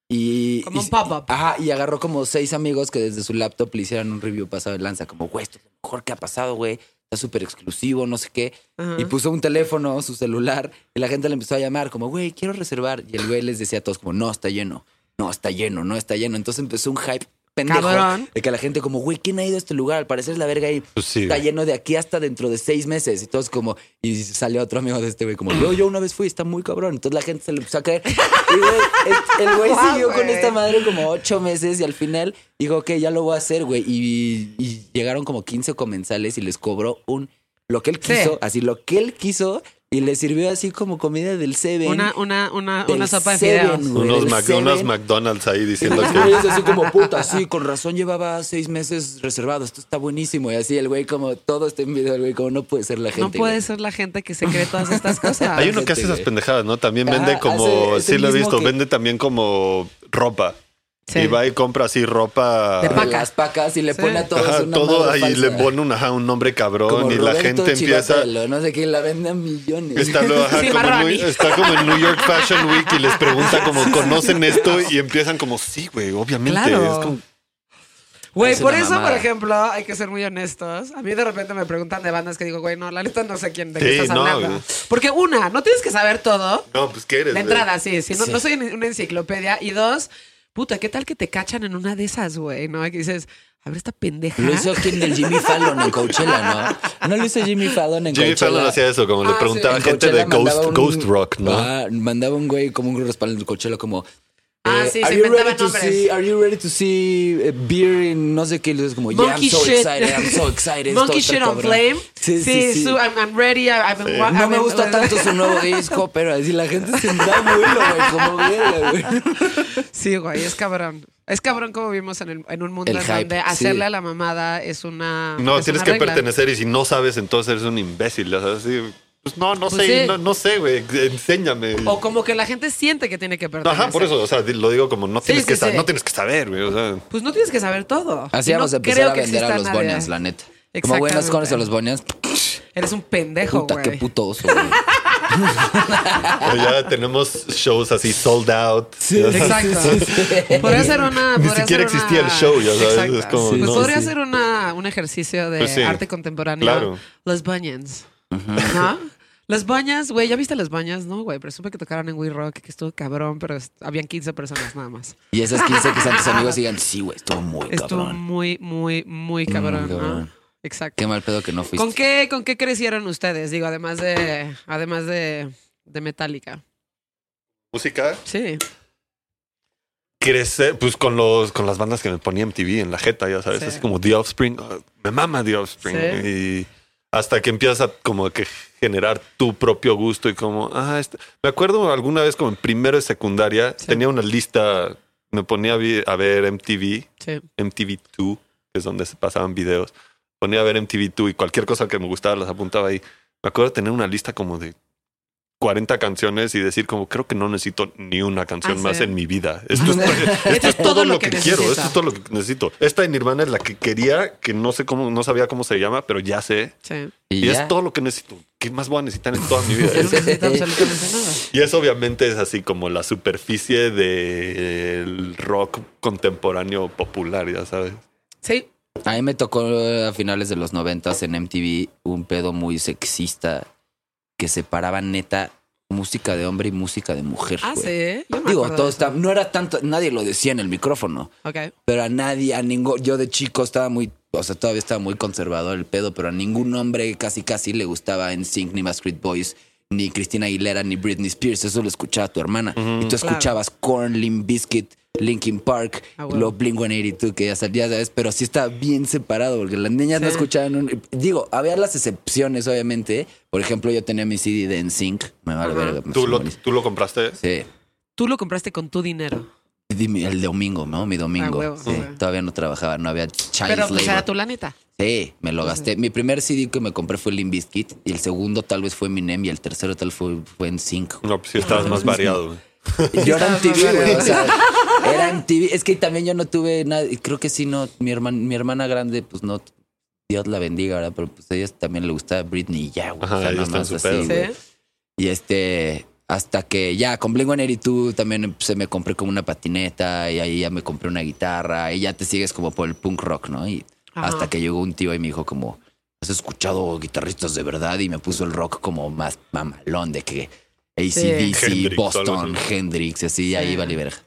Y, Como y- un pop-up. Ajá, y agarró como seis amigos que desde su laptop le hicieron un review pasado de lanza. Como, güey, esto es lo mejor que ha pasado, güey. Está súper exclusivo, no sé qué. Ajá. Y pues, puso un teléfono, su celular, y la gente le empezó a llamar como, güey, quiero reservar. Y el güey les decía a todos como, no, está lleno, no, está lleno, no, está lleno. Entonces empezó un hype pendejo Cabrón. de que la gente como, güey, ¿quién ha ido a este lugar? Al parecer es la verga ahí. Pues sí, Está güey. lleno de aquí hasta dentro de seis meses. Y todos como, y salió otro amigo de este güey como, yo, yo una vez fui, está muy cabrón. Entonces la gente se le empezó a caer. Y güey, el- el güey Guau, siguió con güey. esta madre como ocho meses y al final dijo, ok, ya lo voy a hacer, güey. Y, y llegaron como 15 comensales y les cobró un... Lo que él Sí. quiso, así lo que él quiso, Y le sirvió así como comida del Seven. Una, una, una, del una sopa de Seven, fideos. güey, Unos, del Mac- Seven. unos McDonald's ahí Y diciendo los que. güeyes así como puta, sí, con razón llevaba seis meses reservado, esto está buenísimo. Y así el güey como, todo está en video, el güey como, no puede ser la gente. No puede ser la gente que se cree todas estas cosas. Hay uno gente, que hace esas güey. pendejadas, ¿no? También Ajá, vende como. Ah, hace- es el sí, lo he mismo visto. que- Vende también como ropa. Sí. Y va y compra así ropa. De güey. paca. Las pacas y le Sí. pone a todos Ajá, una todo madre ahí falsa. le pone un, ajá, un nombre cabrón Como y la Roberto gente empieza. Chivatelo, No sé qué, la vende a millones. Está, lo- ajá, Sí, como en, Marrani. New- está como en New York Fashion Week y les pregunta como conocen esto y empiezan como sí, güey, obviamente. Claro. Es como- Güey, Es por una eso, mamada. por ejemplo, hay que ser muy honestos. A mí de repente me preguntan de bandas que digo, güey, no, la neta no sé quién de qué Sí, estás no, hablando. güey. Porque una, no tienes que saber todo. no, pues qué De eres. güey? entrada, sí, sí, no, Sí. no soy una enciclopedia. Y dos, puta, ¿qué tal que te cachan en una de esas, güey? ¿No? Y que dices, a ver esta pendeja. Lo hizo aquí en el Jimmy Fallon en Coachella, ¿no? No lo hizo Jimmy Fallon en Jimmy Coachella. Fallon hacía eso, como Ah, le sí. preguntaba a En gente de Coachella mandaba Ghost, un- Ghost Rock, ¿no? Ah, mandaba un güey como un respaldo en Coachella como... Ah, eh, sí, se are, you ready inventaban to nombres. see, are you ready to see eh, beer in no sé qué? Y es como, yeah, I'm Monkey so shit. excited, I'm so excited. Monkey esto shit está on cabrón. flame. Sí, sí, sí. su- I'm, I'm ready. I've been wa- no I've me been- gusta tanto su nuevo disco, pero así la gente se da muy güey, como verga, güey. Sí, güey, es cabrón. Es cabrón como vivimos en, el- en un mundo El en hype, donde sí. hacerle a la mamada es una. No, es tienes una que regla. pertenecer y si no sabes, entonces eres un imbécil. ya sabes, sí. Pues no, no Pues sé, sí. no, no sé, güey. Enséñame. O como que la gente siente que tiene que pertenecer. Ajá, por eso, o sea, di- lo digo como no Sí, tienes, sí, que, sa- sí. no tienes que saber, güey. O sea, Pues no tienes que saber todo. Así Y no vamos a empezar creo a que vender a exista los nadie. bonians, la neta. Como güey, ¿no Exactamente. conoces a los bonians? Eres un pendejo, Puta, qué güey. puto oso, güey. pero ya tenemos shows así sold out. ya sabes. Exacto. Podría ser una. Ni podría siquiera ser una- existía el show, ya sabes, Exacto. es como, pues no, podría sí. ser una, un ejercicio de Pues sí, arte contemporáneo. claro. Los Bunions. ¿No? Los Bañas, güey, ¿ya viste los Bañas? No, güey, pero supe que tocaron en We Rock, que estuvo cabrón, pero est- habían 15 personas nada más. Y esas 15 que están tus amigos digan, sí, güey, estuvo muy Estuvo cabrón. muy, muy, muy cabrón, ¿no? cabrón. Exacto. Qué mal pedo que no fuiste. ¿Con qué, ¿Con qué crecieron ustedes? Digo, además de, además de, de Metallica. Música. Sí. Crecer, pues con los con las bandas que me ponía MTV en la jeta, ya sabes, Sí. es como The Offspring, ah, me mama The Offspring Sí. y hasta que empiezas a como que generar tu propio gusto y como, ah, este- me acuerdo alguna vez como en primero de secundaria Sí. tenía una lista, me ponía a vi- a ver MTV, Sí. MTV2, que es donde se pasaban videos, ponía a ver MTV2 y cualquier cosa que me gustaba las apuntaba ahí. Me acuerdo de tener una lista como de 40 canciones y decir como creo que no necesito ni una canción Ah, más sí. en mi vida. Esto es, esto es todo lo que, quiero, necesita. esto es todo lo que necesito. Esta de Nirvana es la que quería, que no sé cómo, no sabía cómo se llama, pero ya sé. Sí. Y, ya. es todo lo que necesito. ¿Qué más voy a necesitar en toda mi vida? Ya no necesito absolutamente nada. Y eso obviamente es así como la superficie del rock contemporáneo popular, ya sabes. Sí. A mí me tocó eh, a finales de los noventas en MTV un pedo muy sexista que separaba neta música de hombre y música de mujer. Ah, güey. sí. Yo me Digo, acuerdo todo de está, eso. no era tanto, nadie lo decía en el micrófono, Ok. pero a nadie, a ningún, yo de chico estaba muy, o sea, todavía estaba muy conservador el pedo, pero a ningún hombre casi casi le gustaba en Sync ni Masquerade Boys, ni Cristina Aguilera, ni Britney Spears, eso lo escuchaba tu hermana. y tú escuchabas Korn, Limp Bizkit, Linkin Park, Ah, huevo. lo Blink 182 que ya salía, ¿sabes? Pero sí está bien separado, porque las niñas no Sí. escuchaban un- Digo, había las excepciones, obviamente. Por ejemplo, yo tenía mi CD de NSYNC, me vale Ajá. verga. me ¿Tú soy lo, malísimo. ¿Tú lo compraste? Sí. Tú lo compraste con tu dinero. Dime, el domingo, ¿no? Mi domingo. Ah, huevo, Sí, huevo. Todavía no trabajaba, no había child Pero pues labor. era tu lanita. Sí, me lo gasté. Mi primer CD que me compré fue Limp Bizkit y el segundo tal vez fue Minem y el tercero tal fue, fue en 5. No, pues sí, estabas más variado. güey. Yo era Estabas MTV, más güey. O variado. sea, era MTV. Es que también yo no tuve nada. y Creo que sí, no. Mi, herman- mi hermana grande, pues no. Dios la bendiga, ¿verdad? Pero pues a ella también le gustaba Britney y ya, güey. Ajá, o sea, ella nada está en más su así, pedo. Sí. güey. Y este, hasta que ya con Blink-182 también se me compré como una patineta y ahí ya me compré una guitarra y ya te sigues como por el punk rock, ¿no? Y Ajá. hasta que llegó un tío y me dijo como, ¿has escuchado guitarristas de verdad? Y me puso el rock como más mamalón de que ACDC, Sí. Hendrix, algo Boston, así. Hendrix, y así, y ahí Sí. vale verga.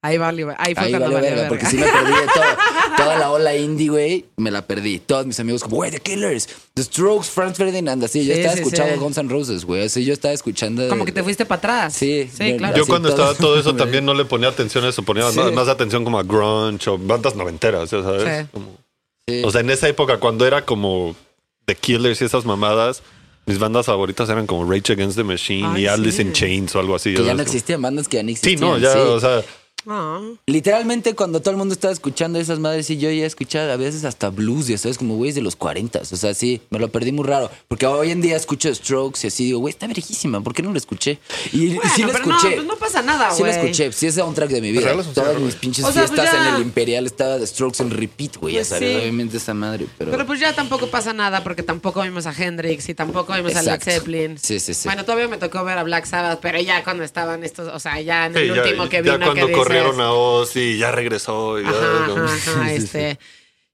Ahí vale, güey. Ahí fue Ahí cuando vale valió verga, verga. porque sí me perdí de todo. Toda la ola indie, güey, me la perdí. Todos mis amigos como, güey, The Killers, The Strokes, Franz Ferdinand, así. Yo Sí, estaba sí, escuchando sí. Guns N' Roses, güey. Así yo estaba escuchando... Como que te fuiste para atrás. Sí, Sí, de- claro. Yo Así cuando todo. estaba todo eso también no le ponía atención a eso, ponía Sí. más, más atención como a grunge o bandas noventeras, ya sabes. Sí. Como- O sea, en esa época cuando era como The Killers y esas mamadas, Mis bandas favoritas eran como Rage Against the Machine Ay, y Alice sí. in Chains o algo así. Que ya sabes, no como- existían bandas que ya no Sí, existían. no, ya, sí. o sea, Ah. Literalmente cuando todo el mundo estaba escuchando esas madres y yo ya escuchaba a veces hasta blues y sabes como güeyes de los 40, o sea, sí, me lo perdí muy raro, porque hoy en día escucho Strokes y así digo, güey, está verguísima, ¿por qué no lo escuché? Y, y Bueno, sí lo pero no, escuché. pues no pasa nada, Sí lo güey. escuché, sí es soundtrack de mi vida. Regalas un Todas cigarro, mis güey. pinches O sea, pues fiestas ya. en el Imperial estaba de Strokes en repeat, güey, ya Pues sabes, sí. obviamente esa madre, pero, Pero pues ya tampoco pasa nada porque tampoco vimos a Hendrix y tampoco vimos a Led Exacto. Zeppelin. Sí, sí, sí. Bueno, todavía me tocó ver a Black Sabbath, pero ya cuando estaban estos, o sea, ya en sí, el ya, último que ya vino que cuando dices, corrieron a Oz y ya regresó. y ya, Ajá, como- ajá, ajá, este.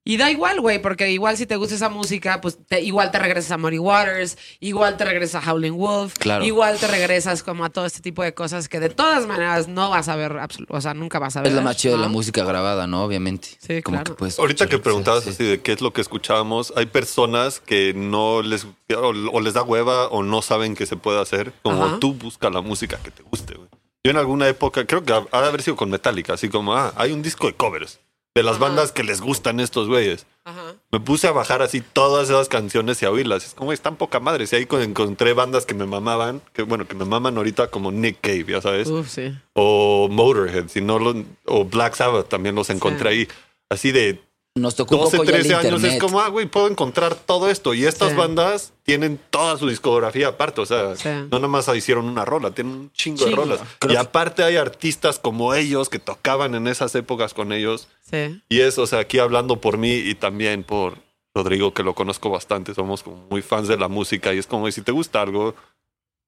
Y da igual, güey, porque igual si te gusta esa música, pues te- igual te regresas a Muddy Waters, igual te regresas a Howling Wolf, Claro. igual te regresas como a todo este tipo de cosas que de todas maneras no vas a ver, absolu- o sea, nunca vas a ver. es la más chida de la pues, ¿no? música grabada, ¿no? Obviamente. Sí, como claro. que puedes Ahorita escuchar, que preguntabas sí. así de qué es lo que escuchábamos, hay personas que no les o, o les da hueva o no saben que se puede hacer. Como Ajá. tú busca la música que te guste. güey. Yo en alguna época creo que ha ha de haber sido con Metallica, así como ah, hay un disco de covers de las bandas que les gustan estos güeyes. Ajá. Me puse a bajar así todas esas canciones y a oírlas. Es como están poca madre. Y ahí con- encontré bandas que me mamaban, que bueno, que me maman ahorita como Nick Cave, ya sabes Uf, sí. o Motorhead, si no lo- o Black Sabbath también los encontré ahí. Así de Nos tocó 12, un poco ya el 13 años internet. es como, ah, güey, puedo encontrar todo esto. Y estas Sí. bandas tienen toda su discografía aparte. O sea, Sí. no nomás hicieron una rola, tienen un chingo, de Chingo. rolas. Creo y que- aparte hay artistas como ellos que tocaban en esas épocas con ellos. Sí. Y es, o sea, aquí hablando por mí y también por Rodrigo, que lo conozco bastante, somos como muy fans de la música y es como, y si te gusta algo,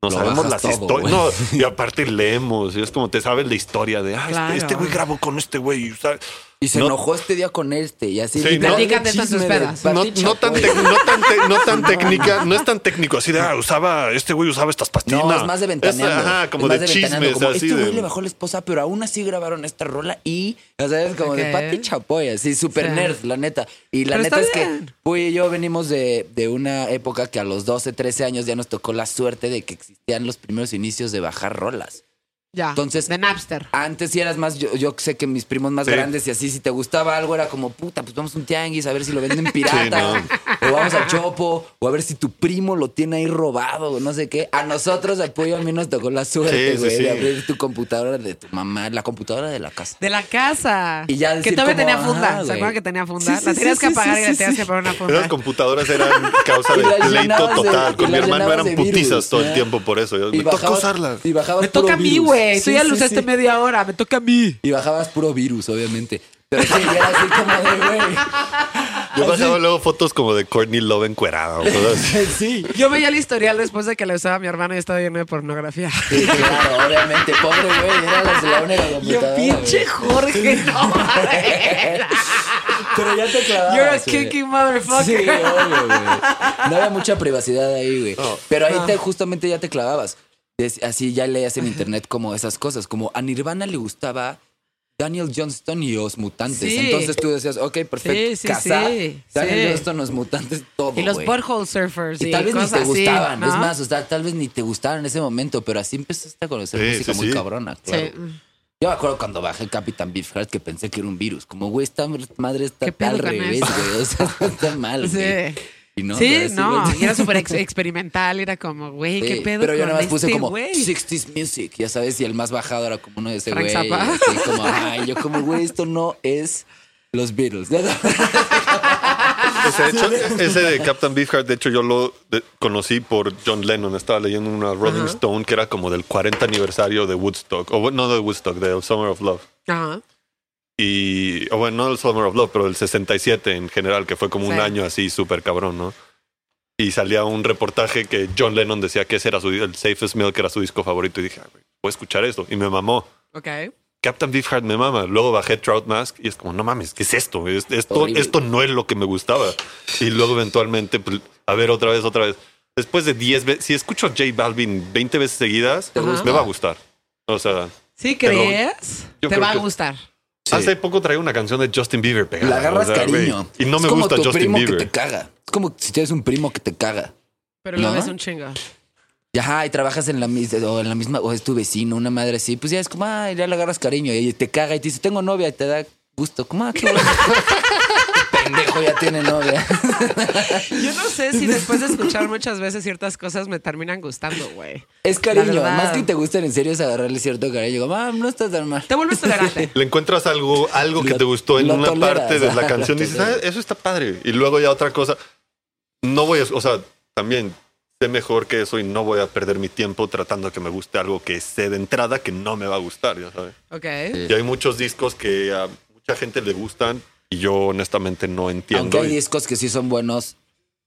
nos Lo sabemos las bajas todo, historias. No, y aparte leemos, y es como te sabes la historia de, ah, este- Claro. este güey grabó con este güey. o sea, Y se No- enojó este día con este y así. Sí, literal, ¿no? el Platícate estas chisme tus del pedas. Pati No, no tan, Chapoy. tec- no, tan tec- no tan técnica, no es tan técnico así de, ah, usaba, este güey usaba estas pastillas. No, es más de ventaneando. Es, ajá, como Es más de, ventaneando, chismes, como, así este güey de- le bajó la esposa, pero aún así grabaron esta rola y, o sea, es como Ok. de Pati Chapoy, así, super Sí. nerd, la neta. Y la Pero neta está es que bien. Puy y yo venimos de, de una época que a los 12, 13 años ya nos tocó la suerte de que existían los primeros inicios de bajar rolas. Ya. Entonces- De Napster. Antes si eras más, yo, yo sé que mis primos más Sí. grandes y así, si te gustaba algo, era como, puta, pues vamos a un tianguis a ver si lo venden pirata. Sí, O vamos al Chopo, o a ver si tu primo lo tiene ahí robado, o no sé qué. A nosotros, al pollo, a mí nos tocó la Sí, suerte, sí, güey, sí. de abrir tu computadora de tu mamá, la computadora de la casa. De la casa. Y ya que decir todavía como, tenía funda. ajá, ¿Se güey. acuerdan que tenía funda? Sí, la sí, tenías sí, que sí, apagar sí, y la sí, tenías sí. que poner una Esas funda. computadoras eran causa de Y las pleito llenabas de- total. y Con mi las hermano llenabas eran de putizas virus, todo el ¿no? tiempo por eso. Yo, Y Me toca bajabas- usarlas. Y bajabas Me puro toca a mí, virus. güey. Tú Sí, ya sí, lo usaste sí. media hora. Me toca a mí. Y bajabas puro virus, obviamente. Pero sí, ya era así como de, güey. Yo bajaba luego fotos como de Courtney Love encuerada o cosas así. Sí. Yo veía el historial después de que le usaba a mi hermano y estaba lleno de pornografía. Sí, claro, obviamente, pobre güey, era la, la única computadora. Yo, pinche Jorge, no. mames. Pero ya te clavabas. You're a güey. kinky Ah, Sí, motherfucker. obvio, güey. No había mucha privacidad ahí, güey. Pero ahí te, justamente ya te clavabas. Es- así ya leías en internet como esas cosas. Como a Nirvana le gustaba Daniel Johnston y los mutantes. Sí. Entonces tú decías, ok, perfecto. Sí, sí, casar sí, Daniel sí. Johnston, los mutantes, todo. Y los güey. butthole surfers. Y tal vez ni cosas te así, gustaban. ¿no? Es más, o sea, tal vez ni te gustaban en ese momento, pero así empezaste a conocer Sí, música sí, muy sí. cabrona. Sí. Claro. Yo me acuerdo cuando bajé Capitán Beefheart que pensé que era un virus. Como, güey, esta madre está ¿Qué pedo al con revés, eso? güey. O sea, está mal, Sí. güey. Y no, o sea, sí, sí, no, güey. y era súper ex- experimental, era como, güey, qué Sí, pedo Pero yo con nada más puse este como güey? 60s music, ya sabes, y el más bajado era como uno de ese Frank güey. Zappa. así como, ay, yo como, güey, esto no es los Beatles. Ya sabes. Ah, Ese, de hecho- ese de Captain Beefheart, de hecho, yo lo de- conocí por John Lennon. Estaba leyendo una Rolling Stone que era como del 40 aniversario de Woodstock. O bueno, no de Woodstock, del Summer of Love. Ajá. Y, o bueno, no del Summer of Love, pero del 67 en general, que fue como Sí. un año así súper cabrón, ¿no? Y salía un reportaje que John Lennon decía que ese era su, el Safest Milk, que era su disco favorito. Y dije, "Ah, güey, voy a escuchar esto. Y me mamó. Ok. Captain Beefheart me mama. Luego bajé Trout Mask y es como, no mames, ¿qué es esto? Es- esto, Horrible. esto no es lo que me gustaba. Y luego eventualmente, pues, a ver, otra vez, otra vez. Después de 10 veces, si escucho J Balvin 20 veces seguidas, ¿Te me gusta? va a gustar. O sea, ¿Sí Pero crees? Te yo creo va a que- gustar. hace poco traía una canción de Justin Bieber pegada. La agarras o sea, güey, cariño. Y no me es como gusta tu Justin primo que Bieber. te caga. Es como si tienes un primo que te caga. Pero lo ¿No? ves un chingo. Y ajá, y trabajas en la, mis- eh, o en la misma, o es tu vecino, una madre así, pues ya es como, ah, ya le agarras cariño, y te caga y te dice, tengo novia, y te da gusto, como, ah, qué bueno. Te pendejo ya tiene novia. Yo no sé si después de escuchar muchas veces ciertas cosas me terminan gustando, güey. Es cariño. La verdad. Más que te gusten en serio es agarrarle cierto cariño. Mam, no estás tan mal. Te vuelves tolerante. Le encuentras algo, algo que Lo- te gustó en lo una toleras. parte de la Lo canción y dices, ah, toleras. eso está padre. Y luego ya otra cosa. No voy a, o sea, también sé mejor que eso y no voy a perder mi tiempo tratando de que me guste algo que sé de entrada que no me va a gustar, ya sabes. Ok. Y hay muchos discos que a mucha gente le gustan y yo honestamente no entiendo. Aunque hay Y- discos que sí son buenos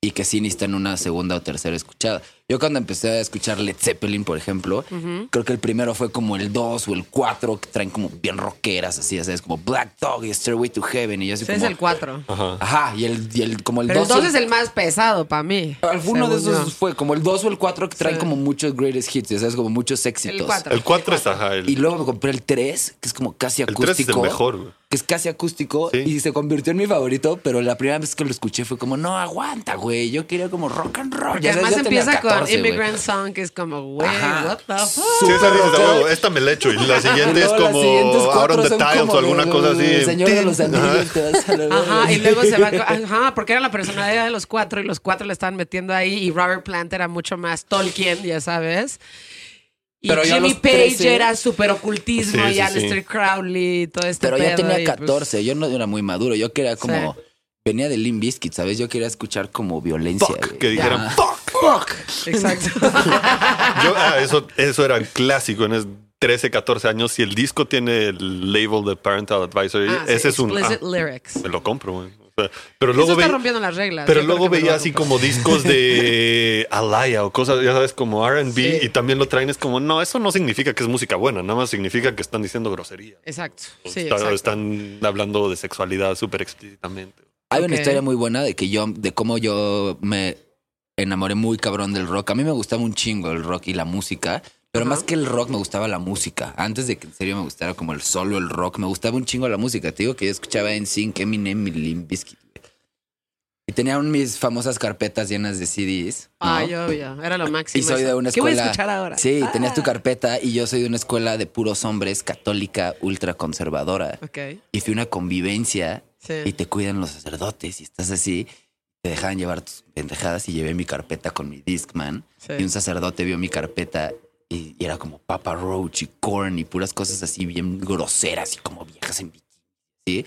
y que sí necesitan una segunda o tercera escuchada. Yo cuando empecé a escuchar Led Zeppelin, por ejemplo, creo que el primero fue como el 2 o el 4, que traen como bien rockeras, así, ya sabes, como Black Dog y Stairway to Heaven. Y yo así Ese como, es el 4. Ajá. Ajá, y el, y el- como el Pero 2. entonces el más pesado para mí. Alguno de según esos yo. fue como el 2 o el 4 que traen Sí. como muchos greatest hits, ya sabes, como muchos éxitos. El 4. El 4 es ajá. el- Y luego me compré el 3, que es como casi El acústico. 3 es el mejor, güey. Que es casi acústico Sí. y se convirtió en mi favorito, pero la primera vez que lo escuché fue como, no, aguanta, güey. Yo quería como rock and roll. Porque Ya sabes, además yo tenía empieza 14, con güey. Immigrant Song, que es como, güey, Ajá. what the fuck. Sí, esa dices, rocker. "Ah, huevo, esta me la echo y la siguiente Y es luego las como siguientes Out cuatro on the son Tiles como o alguna de- cosa así. de Señor de los Ajá. Anillos, te vas a la Ajá, verga. y luego se va. co- Ajá, porque era la personalidad de los cuatro y los cuatro le estaban metiendo ahí. Y Robert Plant era mucho más Tolkien, ya sabes. Y Pero ya a Jimmy los Page 13. era súper ocultismo Sí, y sí, Aleister sí. Crowley y todo este Pero pedo, ya tenía y, pues, 14, yo no era muy maduro, yo quería como... Venía de Limp Bizkit, ¿sabes? Yo quería escuchar como violencia. Fuck, güey. que dijeran Ajá. fuck. exacto. Yo, ah, eso, eso era clásico en es- 13, 14 años. Si el disco tiene el label de Parental Advisory, Ah, sí, ese es un. explicit ah, lyrics. me lo compro, güey. O sea, pero luego, Eso está ve- rompiendo las reglas. pero Yo creo luego que me lo veía voy a así comprar. como discos de Alaya o cosas, ya sabes, como RB Sí. y también lo traen. Es como, no, eso no significa que es música buena, nada más significa que están diciendo grosería. Exacto. O Sí, Pues, está- exacto. Están hablando de sexualidad súper explícitamente. Hay Ok. una historia muy buena de que yo, de cómo yo me enamoré muy cabrón del rock. A mí me gustaba un chingo el rock y la música, pero Ajá. más que el rock me gustaba la música. Antes de que en serio me gustara como el solo, el rock, me gustaba un chingo la música. Te digo que yo escuchaba en Sync, Eminem y Limp Bizkit. Y tenían mis famosas carpetas llenas de CDs. ¿no? Ah, yo, yo. Era lo máximo. Y soy de una ¿Qué voy escuela. a escuchar ahora? Sí, Ah, tenías tu carpeta y yo soy de una escuela de puros hombres católica ultraconservadora. Ok. Y fui a una convivencia Sí. y te cuidan los sacerdotes y estás así. Te dejaban llevar tus pendejadas y llevé mi carpeta con mi Discman. Sí. Y un sacerdote vio mi carpeta y, y era como Papa Roach y Corn y puras cosas así bien groseras y como viejas en bikini. ¿sí?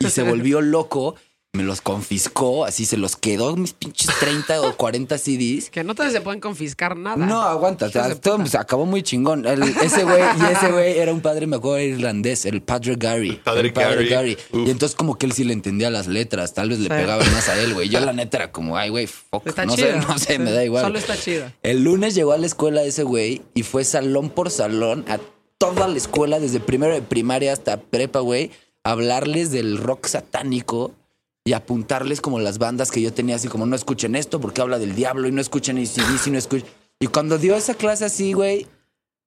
Y se volvió loco, me los confiscó, así se los quedó mis pinches 30 o 40 CDs. Que no te se pueden confiscar nada. No, aguanta, o sea, Hijos de todo puta. se acabó muy chingón. El- ese güey, y ese güey era un padre, me acuerdo, irlandés, el Padre Gary. El Padre Gary. Uf. Y entonces como que él sí le entendía las letras, tal vez le Sí. pegaba más a él, güey. Yo la neta era como, ay, güey, fuck, Está no chido. sé, no sé, Sí. me da igual. Solo está chido. El lunes llegó a la escuela ese güey y fue salón por salón a toda la escuela, desde primero de primaria hasta prepa, güey, a hablarles del rock satánico y apuntarles como las bandas que yo tenía, así como no escuchen esto porque habla del diablo y no escuchen y si no escuchen. Y cuando dio esa clase así, güey,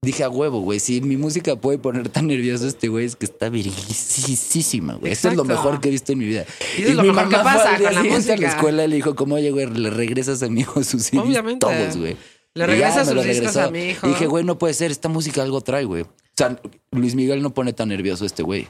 dije a huevo, güey, si mi música puede poner tan nervioso a este güey, es que está virguisísima, güey. Esto es lo Exacto. mejor que he visto en mi vida. Y eso es lo mi mejor que mamá fue pasa al día con la siguiente a música. la escuela y le dijo, ¿cómo, oye, güey, le regresas a mi hijo sus CDs Obviamente. todos, güey? Le Y ya regresa me sus lo discos regresó. a mi hijo. Y dije, güey, no puede ser, esta música algo trae, güey. O sea, Luis Miguel no pone tan nervioso a este güey.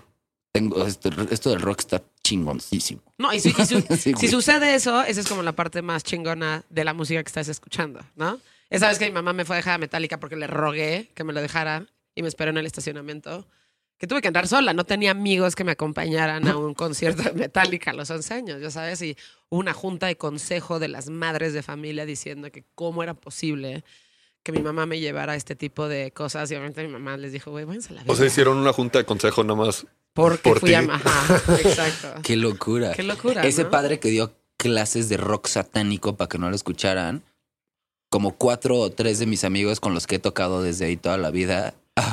Tengo, esto, esto del rock está chingoncísimo. No, y, si, y su- Sí, güey. si sucede eso, esa es como la parte más chingona de la música que estás escuchando, ¿no? Esa vez que mi mamá me fue a dejar a Metallica porque le rogué que me lo dejara y me esperó en el estacionamiento, que tuve que andar sola, no tenía amigos que me acompañaran a un concierto de Metallica a los 11 años, ya sabes, y hubo una junta de consejo de las madres de familia diciendo que cómo era posible que mi mamá me llevara a este tipo de cosas y obviamente mi mamá les dijo, güey, váyanse a la vida. O sea, hicieron una junta de consejo nada más. porque por fui ti. a... Ajá, exacto. Qué locura. Qué locura, Ese ¿no? padre que dio clases de rock satánico para que no lo escucharan, como cuatro o tres de mis amigos con los que he tocado desde ahí toda la vida,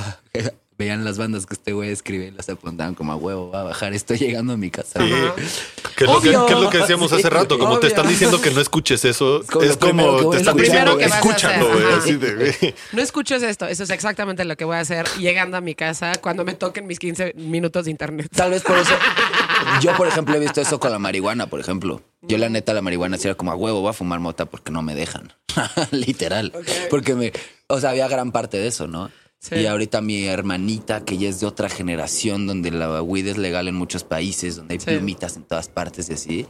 veían las bandas que este güey escribe y las apuntaban como a huevo, va a bajar, estoy llegando a mi casa. Ajá. Que es, lo que, Obvio. que es lo que decíamos hace Sí, rato, como te obvio. están diciendo que no escuches eso, como es lo primero que como te voy a están escuchar. diciendo, Lo primero que vas a escúchalo, hacer, güey, ajá. así de, güey. No escuches esto, eso es exactamente lo que voy a hacer llegando a mi casa cuando me toquen mis 15 minutos de internet. Tal vez por eso. Yo, por ejemplo, he visto eso con la marihuana, por ejemplo. Yo, la neta, la marihuana sí era como a huevo, va a fumar mota porque no me dejan. Literal. Porque me. O sea, había gran parte de eso, ¿no? Sí. Y ahorita mi hermanita, que ya es de otra generación, donde la weed es legal en muchos países, donde hay Sí. plumitas en todas partes y así,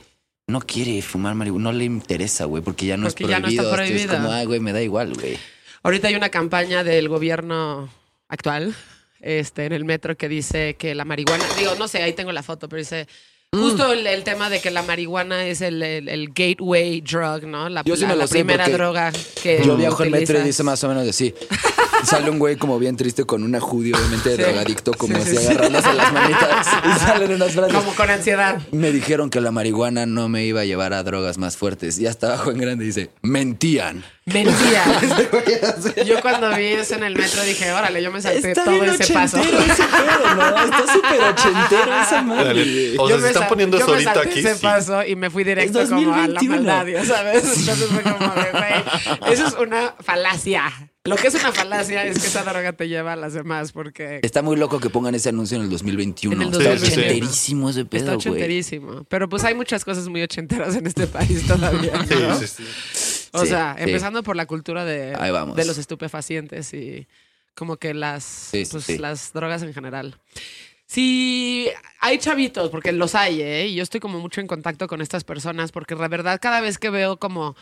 no quiere fumar marihuana, no le interesa, güey, porque ya no Porque es ya no está prohibido. entonces prohibido. Es como, ay, güey, me da igual, güey. Ahorita hay una campaña del gobierno actual este, en el metro que dice que la marihuana, digo, no sé, ahí tengo la foto, pero dice Mm. justo el, el tema de que la marihuana es el, el- el gateway drug, ¿no? La, Yo sí la- me lo la sé primera porque droga que... Yo viajo en metro y utilizas. dice más o menos así. Sale un güey como bien triste con una judía, obviamente de Sí. drogadicto, como Sí, sí, así sí. agarrándose las manitas y salen unas frases. Como con ansiedad. Me dijeron que la marihuana no me iba a llevar a drogas más fuertes. Y hasta abajo en grande dice, mentían. Mentira. Este yo cuando vi eso en el metro dije, órale, yo me salté todo ese paso. ese pedo, ¿no? Está súper ochentero esa Dale. O Yo sea, me se están sal- poniendo yo eso me ahorita salté aquí. ese sí. paso y me fui directo Es como a la 2021. maldad, ya ¿sabes? Entonces fue como de, güey, eso es una falacia. Lo que es una falacia es que esa droga te lleva a las demás porque Está muy loco que pongan ese anuncio en el 2021. En el Está 2021. ochenterísimo ese está pedo, güey. ochenterísimo. Pero pues hay muchas cosas muy ochenteras en este país todavía. Sí, ¿no? sí, sí. O Sí, sea, sí. empezando por la cultura de, Ahí vamos. de los estupefacientes y como que las, Sí, sí, pues, sí. las drogas en general. Sí, hay chavitos, porque los hay, ¿eh? Y yo estoy como mucho en contacto con estas personas, porque la verdad cada vez que veo como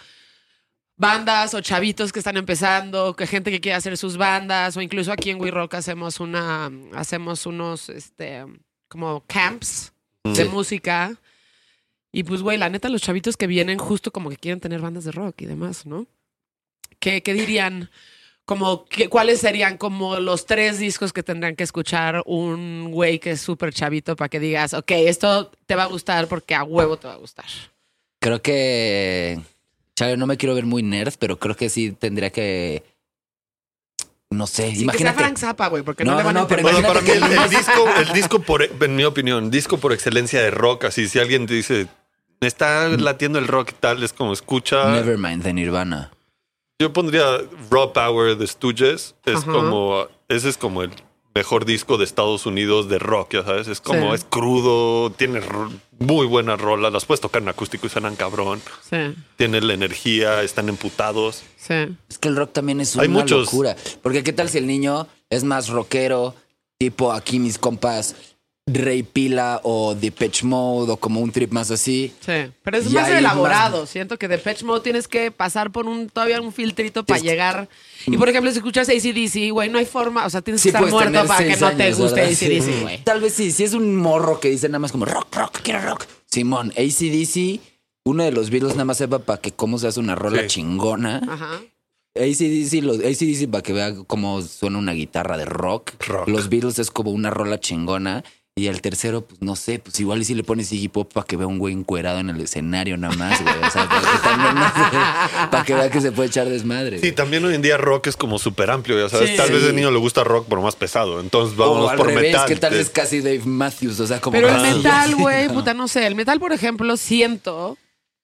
bandas o chavitos que están empezando, que gente que quiere hacer sus bandas, o incluso aquí en We Rock hacemos una, hacemos unos, este, como camps de Sí. música. Y pues, güey, la neta, los chavitos que vienen justo como que quieren tener bandas de rock y demás, ¿no? ¿Qué, qué dirían? Como, que, ¿cuáles serían como los tres discos que tendrán que escuchar un güey que es súper chavito para que digas, ok, esto te va a gustar porque a huevo te va a gustar? Creo que. Chale, no me quiero ver muy nerd, pero creo que sí tendría que. No sé, Sí, que sea imagínate. Frank Zappa, güey, porque no, No, le van no, a no, pero entender. Bueno, para mí el, Imagínate que- el disco, el disco por, en mi opinión, disco por excelencia de rock, así si alguien te dice, "Me está latiendo el rock y tal, es como escucha. Nevermind de Nirvana. Yo pondría Raw Power de Stooges, es Ajá. como, ese es como el mejor disco de Estados Unidos de rock, ya sabes, es como, Sí. es crudo, tiene ro- muy buenas rolas, las puedes tocar en acústico y suenan cabrón, Sí, tienen la energía, están emputados. sí. Es que el rock también es una Hay muchos. locura. Porque qué tal si el niño es más rockero, tipo aquí mis compas, Rey Pila o Depeche Mode o como un trip más así. Sí, pero es Y más ahí es elaborado. Siento que de Patch Mode tienes que pasar por un todavía un filtrito para llegar. Y por ejemplo, si escuchas ACDC, güey, no hay forma. O sea, tienes que estar Mm. puedes muerto pues, tener para que seis no te años, guste ¿verdad? ACDC, Sí. güey. Tal vez sí, si es un morro que dice nada más como rock, rock, quiero rock. Simón, ACDC, uno de los Beatles nada más sepa para que cómo se hace una rola Sí. chingona. Ajá. ACDC, los, AC/DC para que vea cómo suena una guitarra de rock. Rock. Los Beatles es como una rola chingona. Y el tercero, pues no sé, pues igual y si le pones Iggy Pop para que vea un güey encuerado en el escenario nada más, güey. O sea, para que, también, no sé, para que vea que se puede echar desmadre. Sí, también hoy en día rock es como súper amplio, ya sabes, Sí. tal vez Sí. al niño le gusta rock, pero más pesado, entonces o vámonos al por revés, metal. que tal de- vez casi Dave Matthews, o sea, como... Pero el casi- metal, güey, puta, no sé. El metal, por ejemplo, siento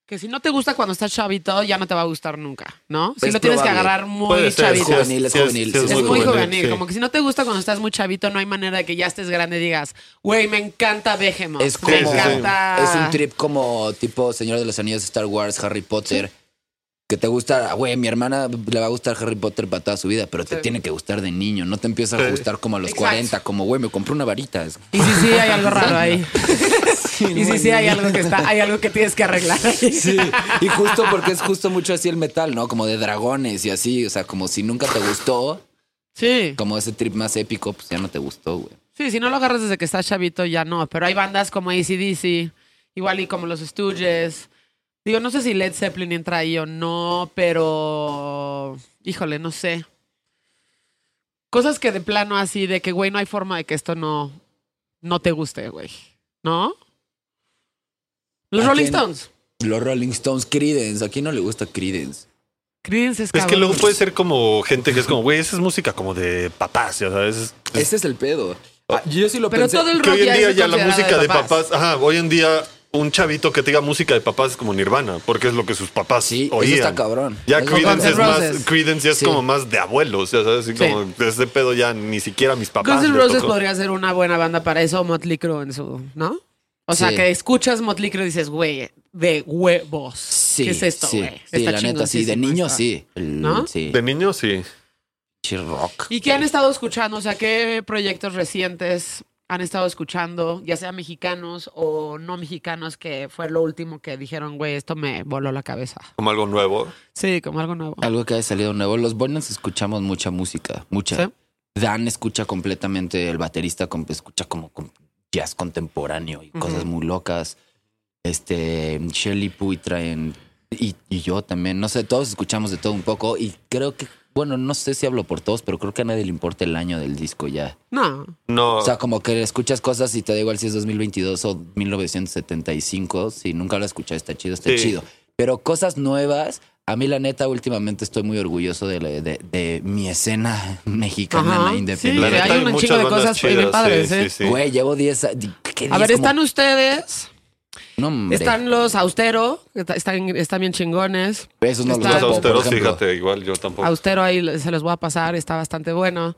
que si no te gusta cuando estás chavito, ya no te va a gustar nunca, ¿no? Si Es lo tienes que probable. agarrar muy Puede ser, chavito. sí Es juvenil, es sí juvenil, sí sí, Es muy muy juvenil, juvenil, sí. como que si no te gusta cuando estás muy chavito, no hay manera de que ya estés grande y digas, güey, me encanta Behemoth. Es como. me encanta. Es un trip como tipo Señor de los Anillos, Star Wars, Harry Potter. Que te gusta, ah, güey, mi hermana le va a gustar Harry Potter para toda su vida, pero te Sí. tiene que gustar de niño, no te empieza Sí. a gustar como a los Exacto. 40, como, güey, me compré una varita. Es- Y sí, sí, hay algo raro ahí. y sí, sí, hay algo que está, hay algo que tienes que arreglar ahí. Sí, y justo porque es justo mucho así el metal, ¿no? Como de dragones y así, o sea, como si nunca te gustó, Sí. como ese trip más épico, pues ya no te gustó, güey. Sí, si no lo agarras desde que estás chavito, ya no. Pero hay bandas como ACDC, igual y como los Stooges. Digo, no sé si Led Zeppelin entra ahí o no, pero. Híjole, no sé. Cosas que de plano así, de que, güey, no hay forma de que esto no, no te guste, güey. ¿No? Los ¿A Rolling quién? Stones. Los Rolling Stones, Creedence, ¿a quién no le gusta Creedence? Creedence es Es que cabrón. luego puede ser como gente que es como, güey, esa es música como de papás, ya sabes. Es- es- Ese es el pedo. Ah, Yo sí lo Pero pensé. todo el que rock hoy en ya día es ya la considerado música de papás. ajá, hoy en día un chavito que te diga música de papás es como Nirvana, porque es lo que sus papás Sí, eso oían. está cabrón. Ya Eso- Creedence es Guns N' más, Roses. Creedence ya es Sí. como más de abuelos, ya sabes, así Sí. como ese pedo ya ni siquiera mis papás. Guns N' les Roses tocó. podría ser una buena banda para eso, o Motley Crue en su, ¿no? O sea, Sí. que escuchas Motley Crue y dices, güey, de huevos. Sí, ¿Qué es esto, sí, güey? Sí, la neta, sí. De niño, sí. El- ¿No? sí. De niño sí. Che, rock. ¿Y qué han estado escuchando? O sea, ¿qué proyectos recientes han estado escuchando? Ya sea mexicanos o no mexicanos, que fue lo último que dijeron, güey, esto me voló la cabeza. Como algo nuevo. Sí, como algo nuevo. Algo que haya salido nuevo. Los Boylands escuchamos mucha música, mucha. ¿Sí? Dan escucha completamente, el baterista com- escucha como com- jazz contemporáneo y cosas Ujú. muy locas. Este, Shelly Puy traen, y, y yo también, no sé, todos escuchamos de todo un poco y creo que, bueno, no sé si hablo por todos, pero creo que a nadie le importa el año del disco ya. No. No. O sea, como que escuchas cosas y te da igual si es 2022 o 1975. Si nunca lo escuchado, está chido, está Sí. chido. Pero cosas nuevas, a mí la neta, últimamente estoy muy orgulloso de, la- de- de mi escena mexicana en Ajá. la Sí, la independiente. neta, hay un muchas chingo de bandas cosas bien chidas, padres, ¿eh? Güey, llevo 10 años. A ver, están ustedes, están los austero, que ta- están, están bien chingones. Esos no los están- Los hago, por austeros, ejemplo. fíjate, igual yo tampoco. Austero ahí le- se los voy a pasar, está bastante bueno.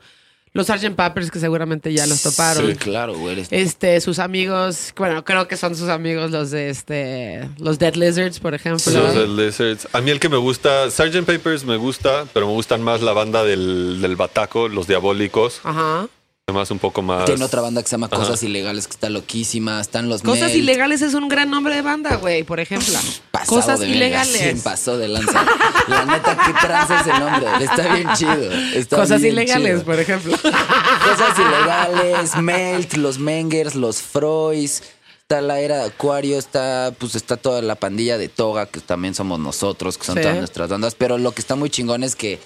Los Sgt. Peppers, que seguramente ya los toparon. Sí, claro, güey. eres- Este, sus amigos, bueno, creo que son sus amigos los de este, los Dead Lizards, por ejemplo. Los de Lizards. A mí el que me gusta, Sgt. Papers me gusta, pero me gustan más la banda del, del Bataco, los Diabólicos. Ajá. Además, un poco más. Tiene otra banda que se llama Cosas Ilegales, que está loquísima. Están los Cosas Melt, ilegales es un gran nombre de banda, güey, por ejemplo. pasado Cosas de verga, sí, ilegales. pasó de lanza. La neta, qué tranza es el nombre. Está bien chido. está Cosas bien ilegales, chido. por ejemplo. Cosas ilegales, Melt, los Mengers, los Freus. Está la era de Acuario, está, pues está toda la pandilla de Toga, que también somos nosotros, que son Sí. todas nuestras bandas. Pero lo que está muy chingón es que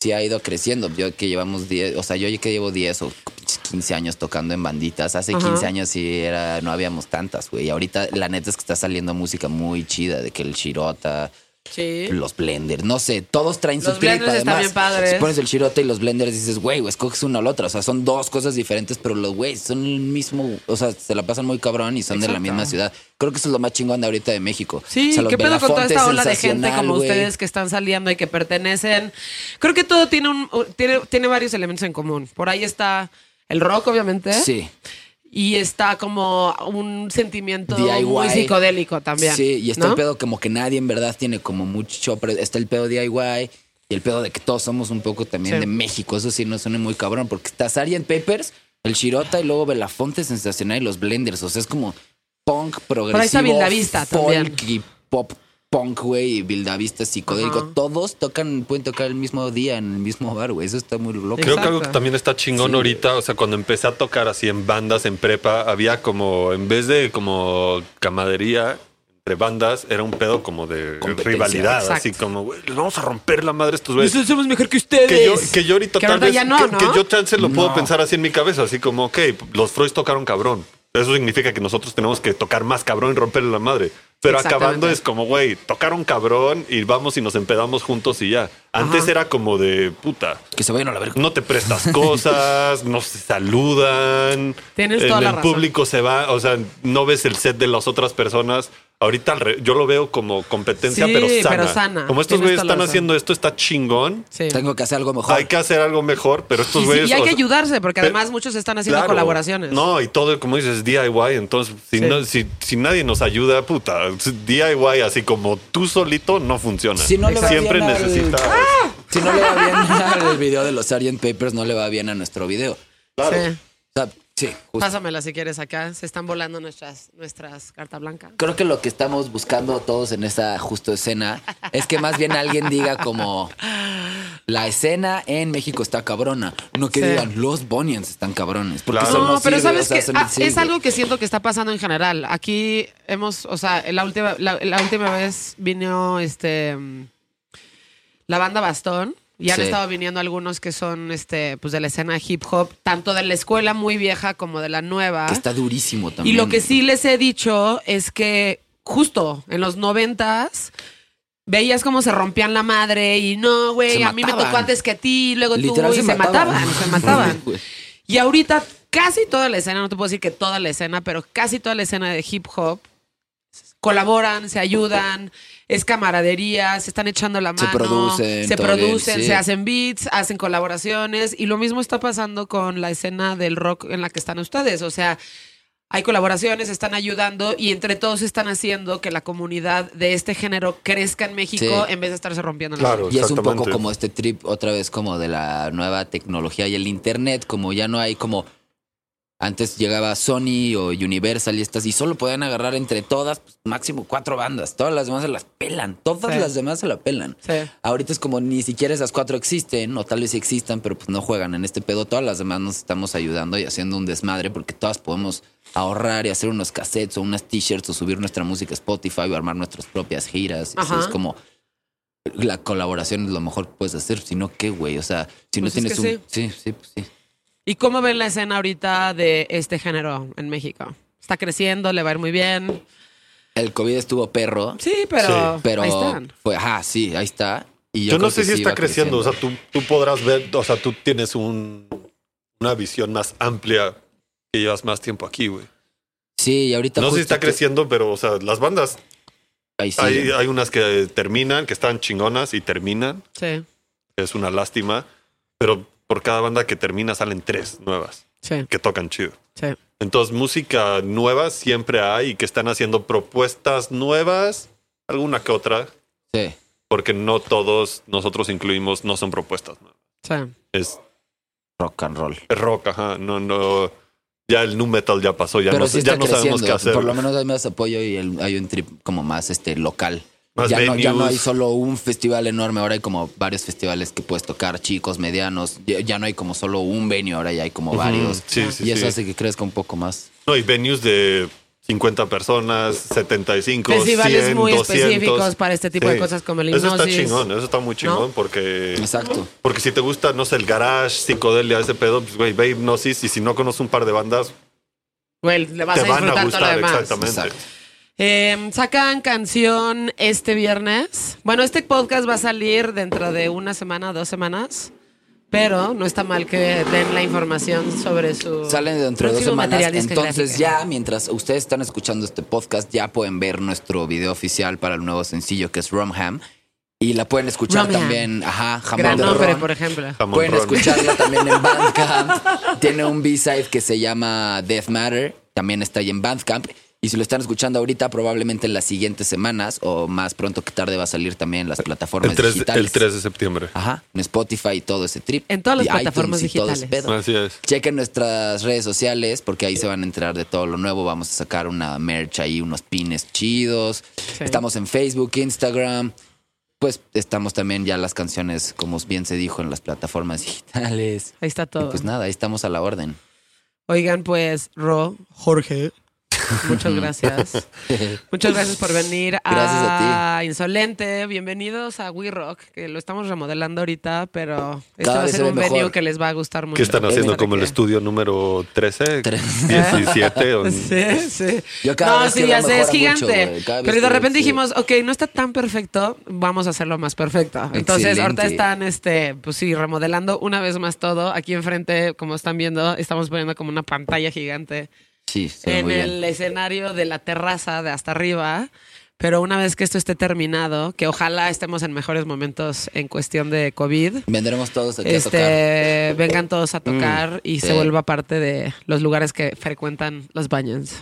sí ha ido creciendo. Yo que llevamos 10, o sea, yo que llevo 10 o 15 años tocando en banditas. Hace Ajá. 15 años sí era, no habíamos tantas, güey. Y ahorita la neta es que está saliendo música muy chida, de que el Chirota, Sí. los blenders, no sé, todos traen Los su trip. blenders están además. bien padres. Si pones el chirote y los blenders dices, güey, o escoges una o la otra. O sea, son dos cosas diferentes, pero los güeyes son el mismo, o sea, se la pasan muy cabrón y son de la Exacto. misma ciudad. Creo que eso es lo más chingón de ahorita de México. Sí, O sea, los qué pedo con toda Belafonte esta ola de gente sensacional, como güey. ustedes que están saliendo y que pertenecen. Creo que todo tiene un tiene, tiene varios elementos en común. Por ahí está el rock, obviamente. Sí, Y está como un sentimiento DIY. muy psicodélico también. sí, y está ¿no? el pedo como que nadie en verdad tiene como mucho, pre- está el pedo DIY y el pedo de que todos somos un poco también Sí. de México, eso sí nos suena muy cabrón, porque está Sargent Papers, el Chirota y luego Belafonte Sensacional y los Blenders, o sea, es como punk progresivo, ahí está Vildavista folk también. y pop punk, güey, y Vildavista psicodélico, Ajá. todos tocan, pueden tocar el mismo día en el mismo bar, güey, eso está muy loco. Creo que Exacto. algo que también está chingón ahorita, o sea, cuando empecé a tocar así en bandas, en prepa, había como, en vez de como camadería entre bandas, era un pedo como de Competencia. rivalidad, así Exacto. como, güey, les vamos a romper la madre a estos güeyes. somos mejor que ustedes. Pues, Que yo, que yo ahorita Que tal ahorita vez, ya no, que, ¿no? que yo chance lo puedo pensar así en mi cabeza, así como, ok, los Freud tocaron cabrón. Eso significa que nosotros tenemos que tocar más cabrón y romperle la madre. Pero Exactamente. acabando es como, güey, tocaron cabrón y vamos y nos empedamos juntos y ya. Antes Ajá. era como de puta Que se vayan a la verga. no te prestas cosas, no se saludan. Tienes en toda la el razón. público se va, o sea, no ves el set de las otras personas. Ahorita al re- yo lo veo como competencia, Sí, pero, sana. pero sana. Como estos Tienes güeyes toda la están razón. haciendo esto, está chingón. Sí. Tengo que hacer algo mejor. Hay que hacer algo mejor, pero Y, estos sí, güeyes. y hay o que sea, ayudarse, porque pe- además muchos están haciendo claro. colaboraciones. No, y todo, como dices, DIY. Entonces, si, Sí. no- si, si nadie nos ayuda, puta, DIY así como tú solito no funciona. Si no le va Siempre bien al- Ah. necesitas. Ah. Si no le va bien al video de los Sargent Papers, no le va bien a nuestro video. O Sí. sea, sí, justo. Pásamela si quieres acá. Se están volando nuestras, nuestras carta blanca. Creo que lo que estamos buscando todos en esta justo escena es que más bien alguien diga como la escena en México está cabrona. No que Sí. digan los Bonians están cabrones. Porque Claro. eso no, No, pero sirve, sabes o sea, que eso no ah, es sirve. algo que siento que está pasando en general. Aquí hemos, o sea, la última, la, la última vez vino este mm, la banda Bastón. Y han Sí. estado viniendo algunos que son este, pues de la escena hip hop, tanto de la escuela muy vieja como de la nueva. Que está durísimo Y también. lo que sí les he dicho es que justo en los noventas veías cómo se rompían la madre y no, Se güey, a mí me mataban. tocó antes que a ti, luego tú, Literal, y se, se mataban. mataban. se mataban. Güey. Y ahorita casi toda la escena, no te puedo decir que toda la escena, pero casi toda la escena de hip hop colaboran, se ayudan, es camaradería, se están echando la Se mano, producen, se, todo bien, producen, sí. se hacen beats, hacen colaboraciones y lo mismo está pasando con la escena del rock en la que están ustedes, o sea, hay colaboraciones, están ayudando y entre todos están haciendo que la comunidad de este género crezca en México Sí. en vez de estarse rompiendo la Claro, Y es un exactamente. poco como este trip otra vez como de la nueva tecnología y el internet, como ya no hay como antes llegaba Sony o Universal y estas y solo podían agarrar entre todas pues, máximo cuatro bandas, todas las demás se las pelan, todas Sí. las demás se la pelan. Sí. Ahorita es como ni siquiera esas cuatro existen, o tal vez sí existan, pero pues no juegan en este pedo. Todas las demás nos estamos ayudando y haciendo un desmadre porque todas podemos ahorrar y hacer unos cassettes o unas t-shirts o subir nuestra música a Spotify o armar nuestras propias giras. Eso Ajá. es como la colaboración es lo mejor que puedes hacer, si no, ¿qué, güey? O sea, si Pues es no tienes que un. Sí, sí, pues sí. ¿Y cómo ven la escena ahorita de este género en México? Está creciendo, le va a ir muy bien. El COVID estuvo perro, Sí, pero, pero. ahí están. Fue, ajá, sí, ahí está. Y yo Yo, no creo sé que si sí está va creciendo, o sea, tú, tú podrás ver, o sea, tú tienes un, una visión más amplia que llevas más tiempo aquí, güey. Sí, y ahorita. No sé si justo está que- creciendo, ah. pero, o sea, las bandas, ahí sí. hay, hay unas que terminan, que están chingonas y terminan, Sí, es una lástima, pero por cada banda que termina salen tres nuevas sí, que tocan chido. sí. Entonces, música nueva siempre hay y que están haciendo propuestas nuevas, alguna que otra, Sí. porque no todos nosotros incluimos, no son propuestas nuevas. sí. Es Rock and roll. es rock, ajá, no, no. Ya el nu metal ya pasó, ya, pero no, sí está ya no creciendo. sabemos qué hacer. Por lo menos hay más apoyo y el- hay un trip como más este local. Más ya, no, ya no venues. hay solo un festival enorme, ahora hay como varios festivales que puedes tocar, chicos, medianos. Ya, ya no hay como solo un venue, ahora ya hay como varios. Sí, sí, y eso sí. hace que crezca un poco más. No, hay venues de 50 personas, 75, Festivales 100, muy 200. específicos para este tipo de cosas como el Eso está hipnosis. chingón, eso está muy chingón ¿No? porque... Exacto. Porque si te gusta, no sé, el garage, psicodelia, ese pedo, pues, güey, ve hipnosis y si no conoces un par de bandas, Güey, le vas te a disfrutar van a todo lo gustar, demás. exactamente. Exacto. Eh, sacan canción este viernes. Bueno, este podcast va a salir dentro de una semana, dos semanas. Pero no está mal que den la información sobre su. Salen dentro de dos próximo semanas. material Entonces discográfico. ya, mientras ustedes están escuchando este podcast, ya pueden ver nuestro video oficial para el nuevo sencillo que es Rumham. Y la pueden escuchar Rumham. también. Ajá, jamón Gran de nombre, ron. por ejemplo. Jamón Pueden ron. escucharla también en Bandcamp. Tiene un B-side que se llama Death Matter. También está ahí en Bandcamp. Y si lo están escuchando ahorita, probablemente en las siguientes semanas o más pronto que tarde va a salir también en las plataformas El 3, digitales. el 3 de septiembre. Ajá, en Spotify y todo ese trip. En todas las Y iTunes plataformas y todo ese digitales. pedo. Así es. Chequen nuestras redes sociales porque ahí se van a enterar de todo lo nuevo. Vamos a sacar una merch ahí, unos pines chidos. Estamos en Facebook, Instagram. Pues estamos también ya las canciones, como bien se dijo, en las plataformas digitales. Ahí está todo. Pues nada, ahí estamos a la orden. Oigan, pues, Ro, Jorge, muchas gracias. muchas gracias por venir a, Gracias a Insolente. Bienvenidos a We Rock, que lo estamos remodelando ahorita, pero este Cada va a vez ser se ve un venue mejor. que les va a gustar mucho. ¿Qué están haciendo? Para ¿Como el que- estudio número 13? Tres. 17 o Sí, sí. Yo cada no, vez sí, que ya veo sé, es mejora mucho, gigante. güey. Cada vez pero de que- repente sí. dijimos, ok, no está tan perfecto, vamos a hacerlo más perfecto. Entonces, Excelente. ahorita están, este, pues sí, remodelando una vez más todo. Aquí enfrente, como están viendo, estamos poniendo como una pantalla gigante Sí, se ve en muy bien. el escenario de la terraza de hasta arriba. Pero una vez que esto esté terminado, que ojalá estemos en mejores momentos en cuestión de COVID, Vendremos todos aquí a tocar. Mm, este, vengan todos a tocar y se sí. vuelva parte de los lugares que frecuentan los Banyans.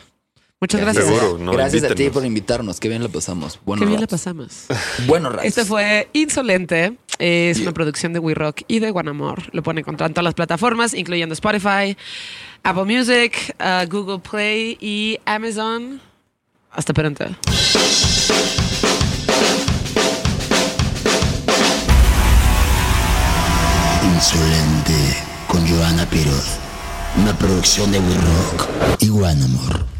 Muchas gracias. Seguro, no, Gracias a ti invítenos. por invitarnos. Qué bien la pasamos. Buenos Qué bien la ratos. pasamos. Buenos ratos. Este fue Insolente. Es Yeah. una producción de We Rock y de Guanamor. Lo pueden encontrar en todas las plataformas, incluyendo Spotify, Apple Music, uh, Google Play y Amazon. Hasta pronto. Insolente con Joana Piroz. Una producción de We Rock y Guanamor.